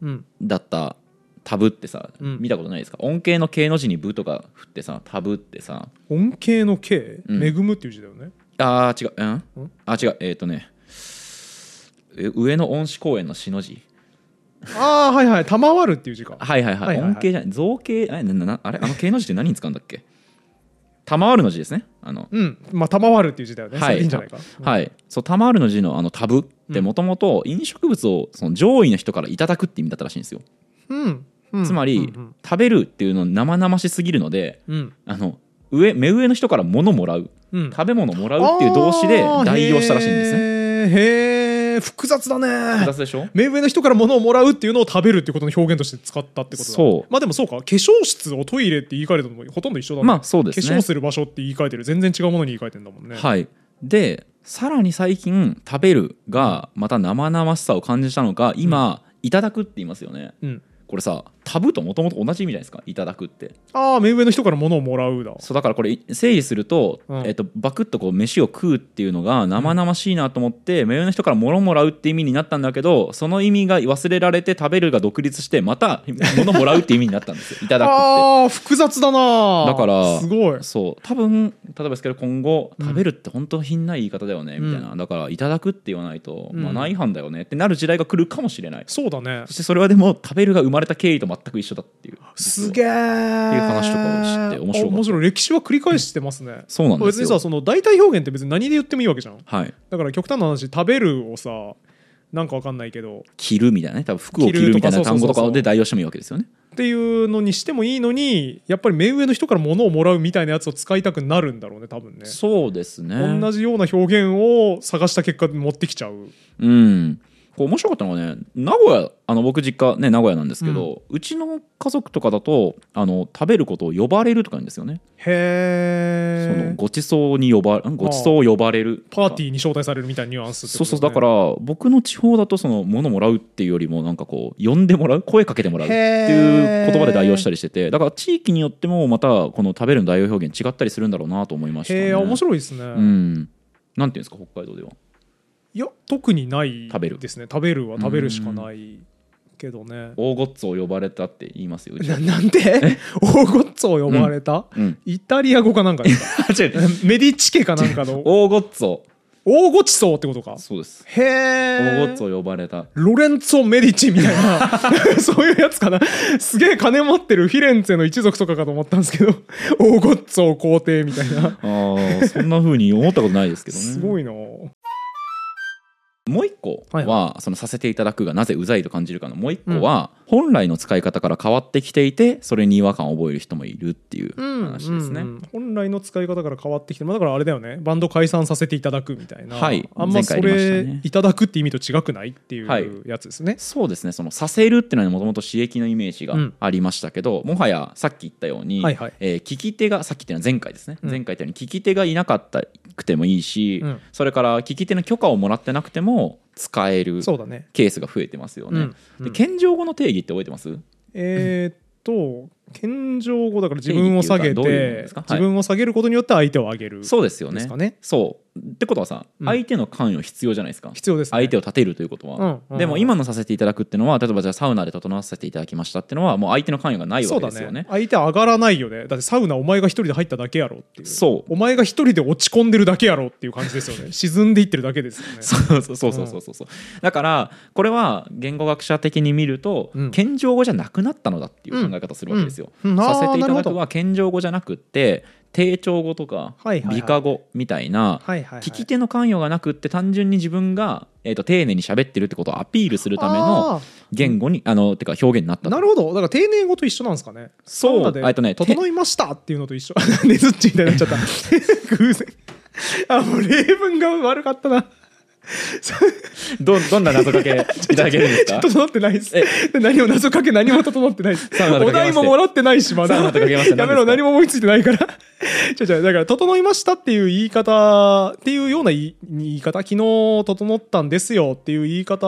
[SPEAKER 2] うん
[SPEAKER 1] だったタブってさ、
[SPEAKER 2] うん
[SPEAKER 1] 見たことないですか音形の形の字に「ぶ」とか振ってさタブってさ
[SPEAKER 2] 恩恵の恵、
[SPEAKER 1] うん
[SPEAKER 2] 恵むっていう字だよね
[SPEAKER 1] あー違ううん
[SPEAKER 2] ん
[SPEAKER 1] あ違うえっ、とねえ上野恩賜公園の「し」の字
[SPEAKER 2] ああはいはい賜るっていう字か
[SPEAKER 1] はいはいはい,、
[SPEAKER 2] はいはいはい
[SPEAKER 1] 音形じゃない造形あれななあれあの形の字って何に使うんだっけ賜るの字ですねあの
[SPEAKER 2] うんまあ賜るっていう字だよね
[SPEAKER 1] はい
[SPEAKER 2] それいいんじゃないか
[SPEAKER 1] はい、そうタマールの字のあのタブってもともと飲食物をその上位の人からいただくって意味だったらしいんですよ。
[SPEAKER 2] うんうん
[SPEAKER 1] つまり、
[SPEAKER 2] うん
[SPEAKER 1] 食べるっていうの生々しすぎるので
[SPEAKER 2] うん
[SPEAKER 1] あの上目上の人から物もらう
[SPEAKER 2] うん
[SPEAKER 1] 食べ物もらうっていう動詞で代用したらしいんですね
[SPEAKER 2] ねへえ複雑だ
[SPEAKER 1] 複
[SPEAKER 2] ね
[SPEAKER 1] 雑でしょ
[SPEAKER 2] 目上の人から物をもらうっていうのを食べるっていうことの表現として使ったってことだ
[SPEAKER 1] そう
[SPEAKER 2] まあでもそうか化粧室をトイレって言い換えるのもほとんど一緒だね
[SPEAKER 1] まあそうです
[SPEAKER 2] 化
[SPEAKER 1] ね
[SPEAKER 2] 粧する場所って言い換えてる全然違うものに言い換えてんだもんね
[SPEAKER 1] はいでさらに最近食べるがまた生々しさを感じたのか今、いただくって言いますよね
[SPEAKER 2] うん、
[SPEAKER 1] これさタブともともと同じ意味じゃないですかいただくって
[SPEAKER 2] ああ目上の人から物をもらうだ
[SPEAKER 1] そうだからこれ整理すると,、
[SPEAKER 2] うん
[SPEAKER 1] えっとバクッとこう飯を食うっていうのが生々しいなと思って、目上の人から物もらうって意味になったんだけどその意味が忘れられて食べるが独立してまた物もらうって意味になったん
[SPEAKER 2] <laughs>
[SPEAKER 1] ですよいただくって。
[SPEAKER 2] ああ複雑だな
[SPEAKER 1] だから
[SPEAKER 2] すごい
[SPEAKER 1] そう多分例えばですけど今後
[SPEAKER 2] うん
[SPEAKER 1] 食べるって本当品ない言い方だよね、みたいなだからいただくって言わないと、
[SPEAKER 2] うん
[SPEAKER 1] マナー違反だよねってなる時代が来るかもしれない
[SPEAKER 2] そうだね
[SPEAKER 1] そしてそれはでも食べるが生まれた経緯と全く一緒だっていう
[SPEAKER 2] すげえっていう
[SPEAKER 1] 話
[SPEAKER 2] 話
[SPEAKER 1] とかを知って面白かった
[SPEAKER 2] 面白い歴史は繰り返してますね
[SPEAKER 1] そうなんですよ
[SPEAKER 2] 別にさその代替表現って別に何で言ってもいいわけじゃん
[SPEAKER 1] はい
[SPEAKER 2] だから極端な話食べるをさなんかわかんないけど
[SPEAKER 1] 着るみたいなね多分服を着
[SPEAKER 2] 着る
[SPEAKER 1] る
[SPEAKER 2] と
[SPEAKER 1] み
[SPEAKER 2] か
[SPEAKER 1] たいな単語と
[SPEAKER 2] そうそうそうそ
[SPEAKER 1] か
[SPEAKER 2] う
[SPEAKER 1] で代用してもいいわけですよね
[SPEAKER 2] っていうのにしてもいいのにやっぱり目上の人から物をもらうみたいなやつを使いたくなるんだろうね多分ね
[SPEAKER 1] そうですね
[SPEAKER 2] 同じような表現を探した結果持ってきちゃう
[SPEAKER 1] うんこう面白かったのがね名古屋あの僕実家ね名古屋なんですけど、うちの家族とかだとあの食べることを呼ばれるとか言うんですよね、
[SPEAKER 2] へ
[SPEAKER 1] その
[SPEAKER 2] え
[SPEAKER 1] ごちそうに呼ばんごちそうを呼ばれる
[SPEAKER 2] パーティーに招待されるみたいなニュアンスって
[SPEAKER 1] そ
[SPEAKER 2] こ
[SPEAKER 1] うそう
[SPEAKER 2] と
[SPEAKER 1] だから僕の地方だとその物もらうっていうよりもなんかこう呼んでもらう声かけてもらうっていう言葉で代用したりしててだから地域によってもまたこの食べるの代用表現違ったりするんだろうなと思いましたね
[SPEAKER 2] へえ面白いですね、
[SPEAKER 1] うんなんていうんですか北海道ではい
[SPEAKER 2] や特にない
[SPEAKER 1] 食べる
[SPEAKER 2] ですね食べるは食べるしかないけどね
[SPEAKER 1] 大ごっつを呼ばれたって言いますようち
[SPEAKER 2] <laughs> ななんで大ごっつを呼ばれた、
[SPEAKER 1] うん
[SPEAKER 2] イタリア語かなんか <laughs> ですか
[SPEAKER 1] 違う
[SPEAKER 2] メディチ家かなんかの
[SPEAKER 1] 大ごっつを
[SPEAKER 2] 大ごちそうってことか
[SPEAKER 1] そうです
[SPEAKER 2] へ
[SPEAKER 1] 大ご
[SPEAKER 2] え
[SPEAKER 1] っつを呼ばれた
[SPEAKER 2] ロレンツォ・メディチみたいなそういうやつかなすげえ金持ってるフィレンツェの一族とかかと思ったんですけど大ごっつを皇帝みたいな
[SPEAKER 1] あーそんな風に思ったことないですけどね
[SPEAKER 2] すごいな
[SPEAKER 1] もう一個は、
[SPEAKER 2] はい
[SPEAKER 1] そのさせていただくがなぜうざいと感じるかのもう一個は、本来の使い方から変わってきていてそれに違和感を覚える人もいるっていう話ですね、
[SPEAKER 2] うんうん本来の使い方から変わってきてまあだからあれだよねバンド解散させていただくみたいな、
[SPEAKER 1] はい
[SPEAKER 2] あんまそ
[SPEAKER 1] 前回やりま
[SPEAKER 2] れ
[SPEAKER 1] したね
[SPEAKER 2] いただくって意味と違くないってい
[SPEAKER 1] はいう
[SPEAKER 2] やつですね、
[SPEAKER 1] そうですねそのさせるっていうのはもともと刺激のイメージが
[SPEAKER 2] うん
[SPEAKER 1] ありましたけど、もはやさっき言ったように、
[SPEAKER 2] はいはい
[SPEAKER 1] えー聞き手がさっきっていうのは前回ですね、
[SPEAKER 2] うん
[SPEAKER 1] 前回言ったように聞き手がいなかったくてもいいし、
[SPEAKER 2] うん
[SPEAKER 1] それから聞き手の許可をもらってなくても使える
[SPEAKER 2] そうだね
[SPEAKER 1] ケースが増えてますよね。
[SPEAKER 2] うんうん
[SPEAKER 1] で謙譲語の定義って覚えてます
[SPEAKER 2] えーっと謙譲語だから自分を下げ
[SPEAKER 1] 定義って
[SPEAKER 2] て
[SPEAKER 1] いうかどういう意味ですかはい
[SPEAKER 2] 自分を下げることによって相手を上げる
[SPEAKER 1] そうですよ
[SPEAKER 2] で
[SPEAKER 1] ね
[SPEAKER 2] すかね
[SPEAKER 1] そうってことはさ、
[SPEAKER 2] うん
[SPEAKER 1] 相手の関与必要じゃないですか
[SPEAKER 2] 必要です、ね、
[SPEAKER 1] 相手を立てるということは、
[SPEAKER 2] うんうん
[SPEAKER 1] でも今のさせていただくっていうのは例えばじゃあサウナで整わせていただきましたっていうのはもう相手の関与がない
[SPEAKER 2] そ
[SPEAKER 1] わ
[SPEAKER 2] う
[SPEAKER 1] け
[SPEAKER 2] だ
[SPEAKER 1] ですよ
[SPEAKER 2] ね
[SPEAKER 1] ね
[SPEAKER 2] 相手上がらないよねだってサウナお前が一人で入っただけやろっていう
[SPEAKER 1] そう
[SPEAKER 2] お前が一人で落ち込んでるだけやろっていう感じで
[SPEAKER 1] <laughs>
[SPEAKER 2] すよね沈んでいってるだけですよね
[SPEAKER 1] そうそうそうそうそうそうそうだからこれは言語学者的に見ると、
[SPEAKER 2] うん
[SPEAKER 1] 謙譲語じゃなくなったのだっていう考え方するわけですよ、
[SPEAKER 2] うんうんあ
[SPEAKER 1] さ
[SPEAKER 2] ー
[SPEAKER 1] せていた
[SPEAKER 2] な
[SPEAKER 1] だ
[SPEAKER 2] るほ
[SPEAKER 1] く
[SPEAKER 2] ど
[SPEAKER 1] は謙譲語じゃなくって定調語とか
[SPEAKER 2] はいはいはい
[SPEAKER 1] 美化語みたいな
[SPEAKER 2] はいはいはい
[SPEAKER 1] 聞き手の関与がなくって単純に自分が、えー、と丁寧に喋ってるってことをアピールするための
[SPEAKER 2] あ
[SPEAKER 1] 言語にあのてか表現になった
[SPEAKER 2] ー
[SPEAKER 1] と
[SPEAKER 2] なるほどだから丁寧語と一緒なんですかね
[SPEAKER 1] そう
[SPEAKER 2] サウナで
[SPEAKER 1] あえっとねて
[SPEAKER 2] 整いましたっていうのと一緒 <laughs> ねずっちみたいになっちゃった <laughs> 偶然あもう例文が悪かったな
[SPEAKER 1] <laughs> どどんな謎か
[SPEAKER 2] <laughs>
[SPEAKER 1] けいただけるんですか
[SPEAKER 2] 整ってないです何も謎かけ何も整ってないです
[SPEAKER 1] サウナとかけまして
[SPEAKER 2] お題ももらってないしまだ
[SPEAKER 1] サウナとかけまして
[SPEAKER 2] <laughs> やめろ
[SPEAKER 1] 何ですか
[SPEAKER 2] 何も思いついてないから <laughs> ちょちょだから「整いました」っていう言い方っていうような言い言い方昨日整ったんですよっていう言い方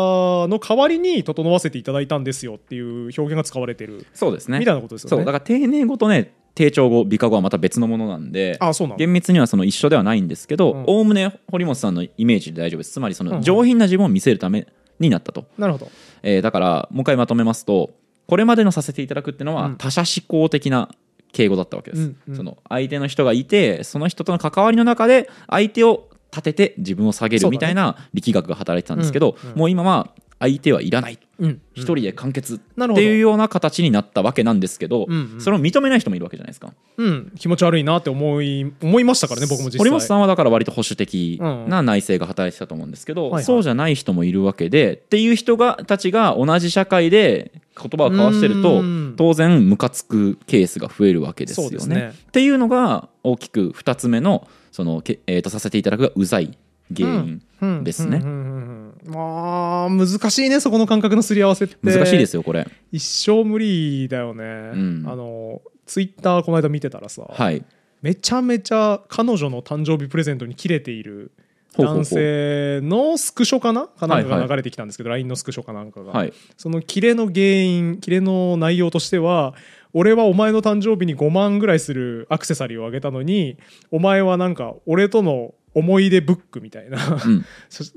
[SPEAKER 2] の代わりに整わせていただいたんですよっていう表現が使われてる
[SPEAKER 1] そうですね
[SPEAKER 2] みたいなことですよね
[SPEAKER 1] そうだから丁寧語とね定調語美化語はまた別のものなんで
[SPEAKER 2] あそうなの
[SPEAKER 1] 厳密にはその一緒ではないんですけ
[SPEAKER 2] うん
[SPEAKER 1] どおおむね堀本さんのイメージで大丈夫ですつまりそ
[SPEAKER 2] うんう
[SPEAKER 1] の
[SPEAKER 2] ん
[SPEAKER 1] 上品な自分を見せるためになったと、
[SPEAKER 2] なるほど
[SPEAKER 1] えーだからもう一回まとめますとこれまでのさせていただくっていうの
[SPEAKER 2] う
[SPEAKER 1] は
[SPEAKER 2] ん
[SPEAKER 1] 他者思考的な敬語だったわけです、
[SPEAKER 2] うんうん
[SPEAKER 1] その相手の人がいてその人との関わりの中で相手を立てて自分を下げ
[SPEAKER 2] そ
[SPEAKER 1] るみ
[SPEAKER 2] うだね
[SPEAKER 1] たいな力学が働いてたんですけど、
[SPEAKER 2] うんうん
[SPEAKER 1] もう今は相手はいらない
[SPEAKER 2] うん
[SPEAKER 1] 一人で完結
[SPEAKER 2] なる
[SPEAKER 1] っ
[SPEAKER 2] ほ
[SPEAKER 1] て
[SPEAKER 2] ど
[SPEAKER 1] いうような形になったわけなんですけど、
[SPEAKER 2] うんうん
[SPEAKER 1] それを認めない人もいるわけじゃないですか。
[SPEAKER 2] うん気持ち悪いなって思い思いましたからね僕も実際
[SPEAKER 1] 堀本さんはだから割と保守的
[SPEAKER 2] う
[SPEAKER 1] な内政が働いてたと思うんですけど、
[SPEAKER 2] はいはい
[SPEAKER 1] そうじゃない人もいるわけでっていう人がたちが同じ社会で言葉を交わしてると
[SPEAKER 2] うん
[SPEAKER 1] 当然ムカつくケースが増えるわけですよね。
[SPEAKER 2] そうですね
[SPEAKER 1] っていうのが大きく2つ目のその、けえー、とさせていただくがうざい原因、
[SPEAKER 2] うん
[SPEAKER 1] ですね
[SPEAKER 2] うんうんうんうんまあ難しいねそこの感覚のすり合わせって
[SPEAKER 1] 難しいですよこれ。
[SPEAKER 2] 一生無理だよね、
[SPEAKER 1] ん
[SPEAKER 2] あのツイッターこの間見てたらさ、
[SPEAKER 1] はい、
[SPEAKER 2] めちゃめちゃ彼女の誕生日プレゼントに切れている
[SPEAKER 1] ほうほうほう
[SPEAKER 2] 男性のスクショかなかなんか
[SPEAKER 1] はい
[SPEAKER 2] が
[SPEAKER 1] はい
[SPEAKER 2] 流れてきたんですけど LINE のスクショかなんかが、
[SPEAKER 1] はい、
[SPEAKER 2] そのキレの原因キレの内容としては俺はお前の誕生日に5万ぐらいするアクセサリーをあげたのにお前はなんか俺との思い出ブックみたいな、
[SPEAKER 1] うん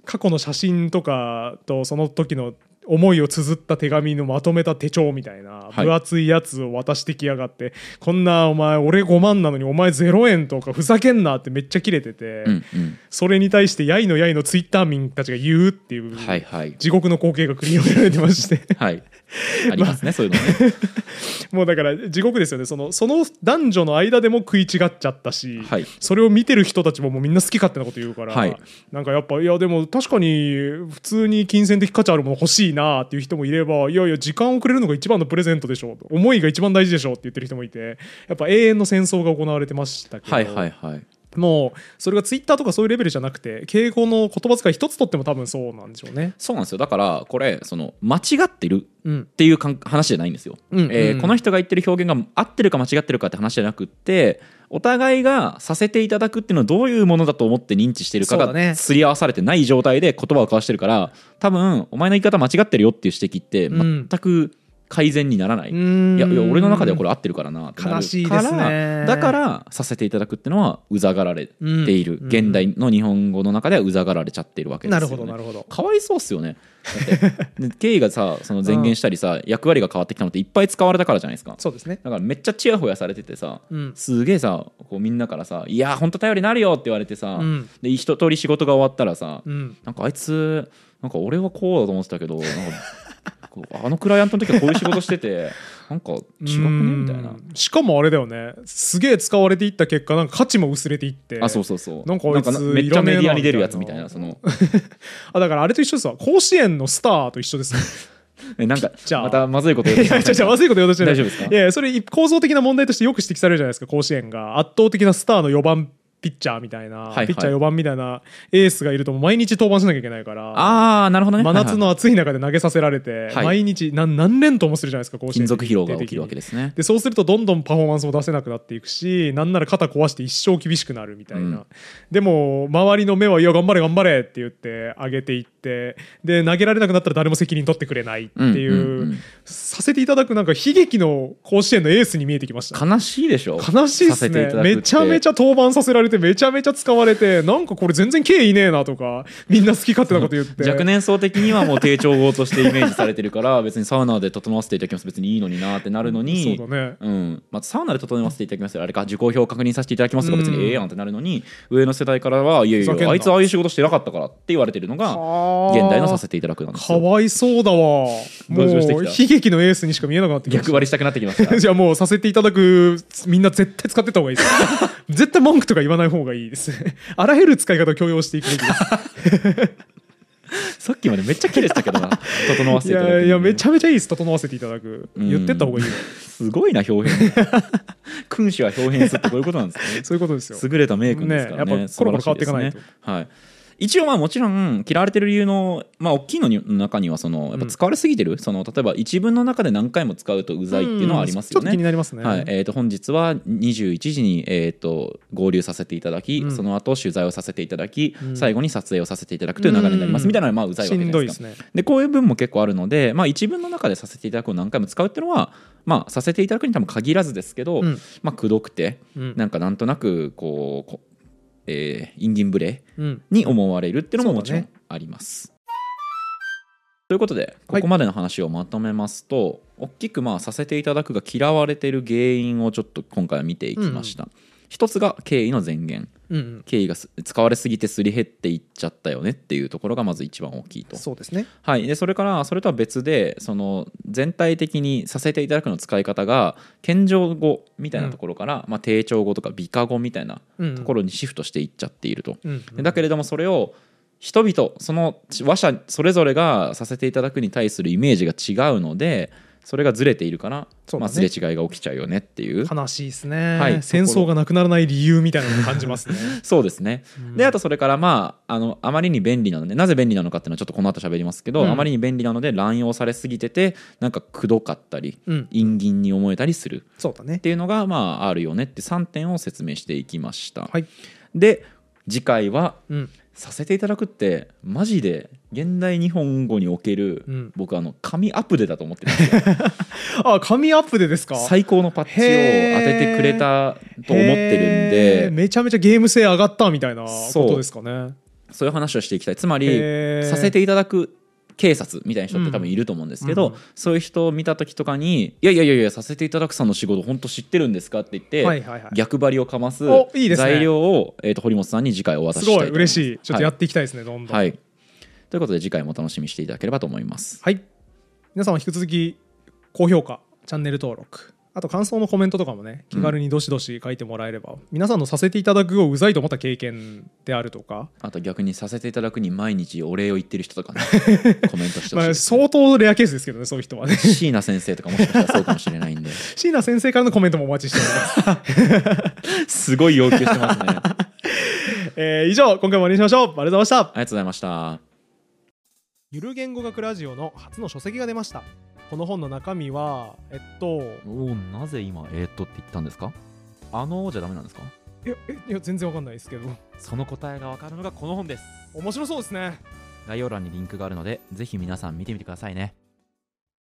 [SPEAKER 2] 過去の写真とかとその時の思いを綴った手紙のまとめた手帳みたいな
[SPEAKER 1] はい
[SPEAKER 2] 分厚いやつを渡してきやがって、こんなお前俺5万なのにお前0円とかふざけんなってめっちゃキレてて、
[SPEAKER 1] うんうん、
[SPEAKER 2] それに対してやいのやいのツイッター民たちが言うっていう、
[SPEAKER 1] はいはい
[SPEAKER 2] 地獄の光景が繰り広げられてまして
[SPEAKER 1] はいありますね、そういうのね。
[SPEAKER 2] もうだから地獄ですよねそのその男女の間でも食い違っちゃったし、
[SPEAKER 1] はい
[SPEAKER 2] それを見てる人たちももうみんな好き勝手なこと言うから、
[SPEAKER 1] はい
[SPEAKER 2] なんかやっぱいやでも確かに普通に金銭的価値あるもの欲しいなっていう人もいればいやいや時間をくれるのが一番のプレゼントでしょう思いが一番大事でしょうって言ってる人もいてやっぱ永遠の戦争が行われてましたけど、
[SPEAKER 1] はいはいはい。
[SPEAKER 2] もうそれがツイッターとかそういうレベルじゃなくて敬語の言葉遣い一つとっても多分そうなんでしょうね。
[SPEAKER 1] そうなんですよだからこれその間違ってる
[SPEAKER 2] うん
[SPEAKER 1] っていうかん話じゃないんですよ、
[SPEAKER 2] う
[SPEAKER 1] え
[SPEAKER 2] ん
[SPEAKER 1] ー
[SPEAKER 2] うん
[SPEAKER 1] この人が言ってる表現が合ってるか間違ってるかって話じゃなくってお互いがさせていただくっていうのはどういうものだと思って認知してるか
[SPEAKER 2] そうだね
[SPEAKER 1] がすり合わされてない状態で言葉を交わしてるから多分お前の言い方間違ってるよっていう指摘って
[SPEAKER 2] うん
[SPEAKER 1] 全く改善にならない、
[SPEAKER 2] うん
[SPEAKER 1] いやいや俺の中ではこれ合ってるからなってなる
[SPEAKER 2] 悲しいですね
[SPEAKER 1] からだからさせていただくってのはうざがられている、
[SPEAKER 2] うん
[SPEAKER 1] 現代の日本語の中ではうざがられちゃってるわけです
[SPEAKER 2] な
[SPEAKER 1] よね
[SPEAKER 2] るほどなるほど。
[SPEAKER 1] かわいそうっすよねだって <laughs> で経緯がさその前言したりさ、役割が変わってきたのっていっぱい使われたからじゃないですか
[SPEAKER 2] そうですね。
[SPEAKER 1] だからめっちゃチヤホヤされててさ、
[SPEAKER 2] うん
[SPEAKER 1] すげえさこうみんなからさ「いやほんと頼りになるよ」って言われてさ、
[SPEAKER 2] うん
[SPEAKER 1] で一通り仕事が終わったらさ、
[SPEAKER 2] うん。
[SPEAKER 1] なんかあいつなんか俺はこうだと思ってたけどなんかこうあのクライアントの時はこういう仕事してて <laughs> なんか違くねみたいな
[SPEAKER 2] うんしかもあれだよねすげえ使われていった結果なんか価値も薄れていって
[SPEAKER 1] あそうそうそう
[SPEAKER 2] なんかあいつ
[SPEAKER 1] めっちゃメディアに出るやつ
[SPEAKER 2] い
[SPEAKER 1] み
[SPEAKER 2] ら
[SPEAKER 1] たい
[SPEAKER 2] ねえな
[SPEAKER 1] なそ
[SPEAKER 2] <laughs>
[SPEAKER 1] の
[SPEAKER 2] あだからあれと一緒ですわ甲子園のスターと一緒ですよ
[SPEAKER 1] えなんか
[SPEAKER 2] じゃあ
[SPEAKER 1] またま <laughs> ずいこと言う
[SPEAKER 2] い <laughs> やじゃあまずいこと言おうとしてない
[SPEAKER 1] 大丈夫ですか
[SPEAKER 2] <laughs> いやいやそれ構造的な問題としてよく指摘されるじゃないですか甲子園が圧倒的なスターの4番ピッチャーみたいな、
[SPEAKER 1] いはい
[SPEAKER 2] ピッチャー4番みたいなエースがいるともう毎日登板しなきゃいけないから
[SPEAKER 1] ああなるほどね
[SPEAKER 2] 真
[SPEAKER 1] はいは
[SPEAKER 2] 夏
[SPEAKER 1] い
[SPEAKER 2] の暑い中で投げさせられて、
[SPEAKER 1] はい
[SPEAKER 2] 毎日何何連投もするじゃないですか甲子園
[SPEAKER 1] 金属疲労が起きるわけで
[SPEAKER 2] で
[SPEAKER 1] すね
[SPEAKER 2] でそうするとどんどんパフォーマンスも出せなくなっていくしなんなら肩壊して一生厳しくなるみたいな、
[SPEAKER 1] うん
[SPEAKER 2] でも周りの目はいや頑張れ頑張れって言って上げていってで投げられなくなったら誰も責任取ってくれないっていう,、
[SPEAKER 1] うんうんうん
[SPEAKER 2] させていただくなんか悲劇の甲子園のエースに見えてきました
[SPEAKER 1] 悲しいでしょ
[SPEAKER 2] 悲しいっ
[SPEAKER 1] さ
[SPEAKER 2] す
[SPEAKER 1] せてい
[SPEAKER 2] ね
[SPEAKER 1] ただくって
[SPEAKER 2] めちゃめちゃ登板させられてめちゃめちゃ使われてなんかこれ全然敬意ねえなとかみんな好き勝手なこと言って
[SPEAKER 1] 若年層的にはもう低調語としてイメージされてるから別にサウナで整わせていただきます別にいいのになってなるのに、
[SPEAKER 2] そうだね
[SPEAKER 1] うんまあ、サウナで整わせていただきますよあれか受講票確認させていただきますが
[SPEAKER 2] うん
[SPEAKER 1] 別にええやんってなるのに、上の世代からはいやい
[SPEAKER 2] ふざけん
[SPEAKER 1] や
[SPEAKER 2] な
[SPEAKER 1] あいつああいう仕事してなかったからって言われてるのが
[SPEAKER 2] はー
[SPEAKER 1] 現代のさせていただくなんです
[SPEAKER 2] か
[SPEAKER 1] よ
[SPEAKER 2] わいそうだわもう
[SPEAKER 1] 同情してきた
[SPEAKER 2] 悲劇のエースにしか見えなくなってきました
[SPEAKER 1] 逆張りしたくなってきました
[SPEAKER 2] <laughs> じゃあもうさせていただくみんな絶対使ってった方がいいです
[SPEAKER 1] <laughs>
[SPEAKER 2] 絶対文句とか言わない方がいいですあらゆる使い方を強要していくべきです
[SPEAKER 1] さっきまでめっちゃ綺麗でしたけど
[SPEAKER 2] <laughs>
[SPEAKER 1] な整わせ
[SPEAKER 2] い
[SPEAKER 1] <laughs> ていただく
[SPEAKER 2] やいやめちゃめちゃいいです整わせていただく
[SPEAKER 1] うん
[SPEAKER 2] 言ってった方がいいよ
[SPEAKER 1] すごいな表現 <laughs> 君主は表現するってこういうことなんですね
[SPEAKER 2] そういうことですよ
[SPEAKER 1] 優れた名君ですからね
[SPEAKER 2] ねやっぱコロコロ変わっていかない
[SPEAKER 1] 素晴
[SPEAKER 2] と
[SPEAKER 1] らしですねはい一応まあもちろん嫌われてる理由の、まあ、大きいのに中にはそのやっぱ使われすぎてる、その例えば一文の中で何回も使うとうざいっていうのはありますよ
[SPEAKER 2] うんち
[SPEAKER 1] ね。
[SPEAKER 2] ょっと気になりますね
[SPEAKER 1] はいえー、と本日は21時に、えー、と合流させていただき、
[SPEAKER 2] うん
[SPEAKER 1] その後取材をさせていただき、
[SPEAKER 2] うん
[SPEAKER 1] 最後に撮影をさせていただくという流れになります、
[SPEAKER 2] うん
[SPEAKER 1] みたいなのはまあうざいわけじゃ
[SPEAKER 2] し
[SPEAKER 1] ない
[SPEAKER 2] ん
[SPEAKER 1] です
[SPEAKER 2] ど
[SPEAKER 1] か
[SPEAKER 2] いですね
[SPEAKER 1] でこういう文も結構あるので、まあ、一文の中でさせていただくを何回も使うっていうのは、まあ、させていただくに多分限らずですけど、
[SPEAKER 2] うん
[SPEAKER 1] まあ、くどくて、
[SPEAKER 2] うん
[SPEAKER 1] なんかなんとなくこうこ、えー、インギンブレ
[SPEAKER 2] うん
[SPEAKER 1] に思われるっていうのも
[SPEAKER 2] そ
[SPEAKER 1] も
[SPEAKER 2] う
[SPEAKER 1] ち
[SPEAKER 2] だ
[SPEAKER 1] ろ
[SPEAKER 2] ね
[SPEAKER 1] んあります。ということで
[SPEAKER 2] は
[SPEAKER 1] こ
[SPEAKER 2] い
[SPEAKER 1] こまでの話をまとめますと、大きくまあさせていただくが嫌われてる原因をちょっと今回は見ていきました。一つが敬意の前言
[SPEAKER 2] うん
[SPEAKER 1] 敬意がす使われすぎてすり減っていっちゃったよねっていうところがまず一番大きいと
[SPEAKER 2] そうですね
[SPEAKER 1] はい、でそれからそれとは別でその全体的にさせていただくの使い方が謙譲語みたいなところから、まあ、定調語とか美化語みたいな
[SPEAKER 2] うん
[SPEAKER 1] ところにシフトしていっちゃっていると。
[SPEAKER 2] うん
[SPEAKER 1] でだけれどもそれを人々その話者それぞれがさせていただくに対するイメージが違うのでそれがずれているから、
[SPEAKER 2] そう
[SPEAKER 1] ま
[SPEAKER 2] だね
[SPEAKER 1] あ、すれ違いが起きちゃうよねっていう
[SPEAKER 2] 悲しいですね、
[SPEAKER 1] はい
[SPEAKER 2] 戦争がなくならない理由みたいなのを感じますね
[SPEAKER 1] そうですね、
[SPEAKER 2] う
[SPEAKER 1] <laughs>
[SPEAKER 2] ん
[SPEAKER 1] であとそれからまああのあまりに便利なのでなぜ便利なのかっていうのはちょっとこの後喋りますけど、
[SPEAKER 2] うん
[SPEAKER 1] あまりに便利なので乱用されすぎててなんかくどかったり
[SPEAKER 2] うん
[SPEAKER 1] 陰銀に思えたりする
[SPEAKER 2] そうだ
[SPEAKER 1] っ
[SPEAKER 2] ね
[SPEAKER 1] ていうのがまああるよねって3点を説明していきました、
[SPEAKER 2] はい
[SPEAKER 1] で次回は
[SPEAKER 2] うん
[SPEAKER 1] させていただくってマジで現代日本語における、
[SPEAKER 2] うん
[SPEAKER 1] 僕あの紙アップデだと思ってるんですよ
[SPEAKER 2] あ紙アップでですか
[SPEAKER 1] 最高のパッチを当ててくれたと思ってる
[SPEAKER 2] へ
[SPEAKER 1] んで
[SPEAKER 2] ーめちゃめちゃゲーム性上がったみたいなことですかね
[SPEAKER 1] そういう話をしていきたいつまり
[SPEAKER 2] へー
[SPEAKER 1] させていただく警察みたいな人って多分いると思うんですけど、
[SPEAKER 2] うんうん
[SPEAKER 1] そういう人を見た時とかに「いやいやいやいやさせていただくさんの仕事本当知ってるんですか?」って言って、
[SPEAKER 2] はいはいはい
[SPEAKER 1] 逆張りをかます
[SPEAKER 2] おいいですね
[SPEAKER 1] 材料を、えー、と堀本さんに次回お渡し
[SPEAKER 2] す
[SPEAKER 1] したいと思
[SPEAKER 2] ごい
[SPEAKER 1] い
[SPEAKER 2] 嬉
[SPEAKER 1] い
[SPEAKER 2] しいちょっとやっていきたいですね、どんどん
[SPEAKER 1] はい、ということで次回も楽しみにしていただければと思います
[SPEAKER 2] はい皆さんは引き続き高評価チャンネル登録あと感想のコメントとかもね気軽にどしどし書いてもらえれば、皆さんのさせていただくをうざいと思った経験であるとか、
[SPEAKER 1] あと逆にさせていただくに毎日お礼を言ってる人と
[SPEAKER 2] <laughs>
[SPEAKER 1] かねコメントしてほしい
[SPEAKER 2] まあ、
[SPEAKER 1] です
[SPEAKER 2] 相当レアケースですけどねそういう人はね <laughs>
[SPEAKER 1] 椎名先生とかもしかしたらそうかもしれないんで
[SPEAKER 2] 椎名先生からのコメントもお待ちしております、
[SPEAKER 1] すごい要求してますねありがと
[SPEAKER 2] えー以上今回も終わりにしましょうありがとうございました
[SPEAKER 1] うございました
[SPEAKER 2] ゆる言語学ラジオの初の書籍が出ましたこの本の中身はえっと
[SPEAKER 1] おおなぜ今えー、っとって言ったんですかあのー、じゃダメなんですか
[SPEAKER 2] いやいや全然わかんないですけど
[SPEAKER 1] その答えがわかるのがこの本です
[SPEAKER 2] 面白そうですね
[SPEAKER 1] 概要欄にリンクがあるのでぜひ皆さん見てみてくださいね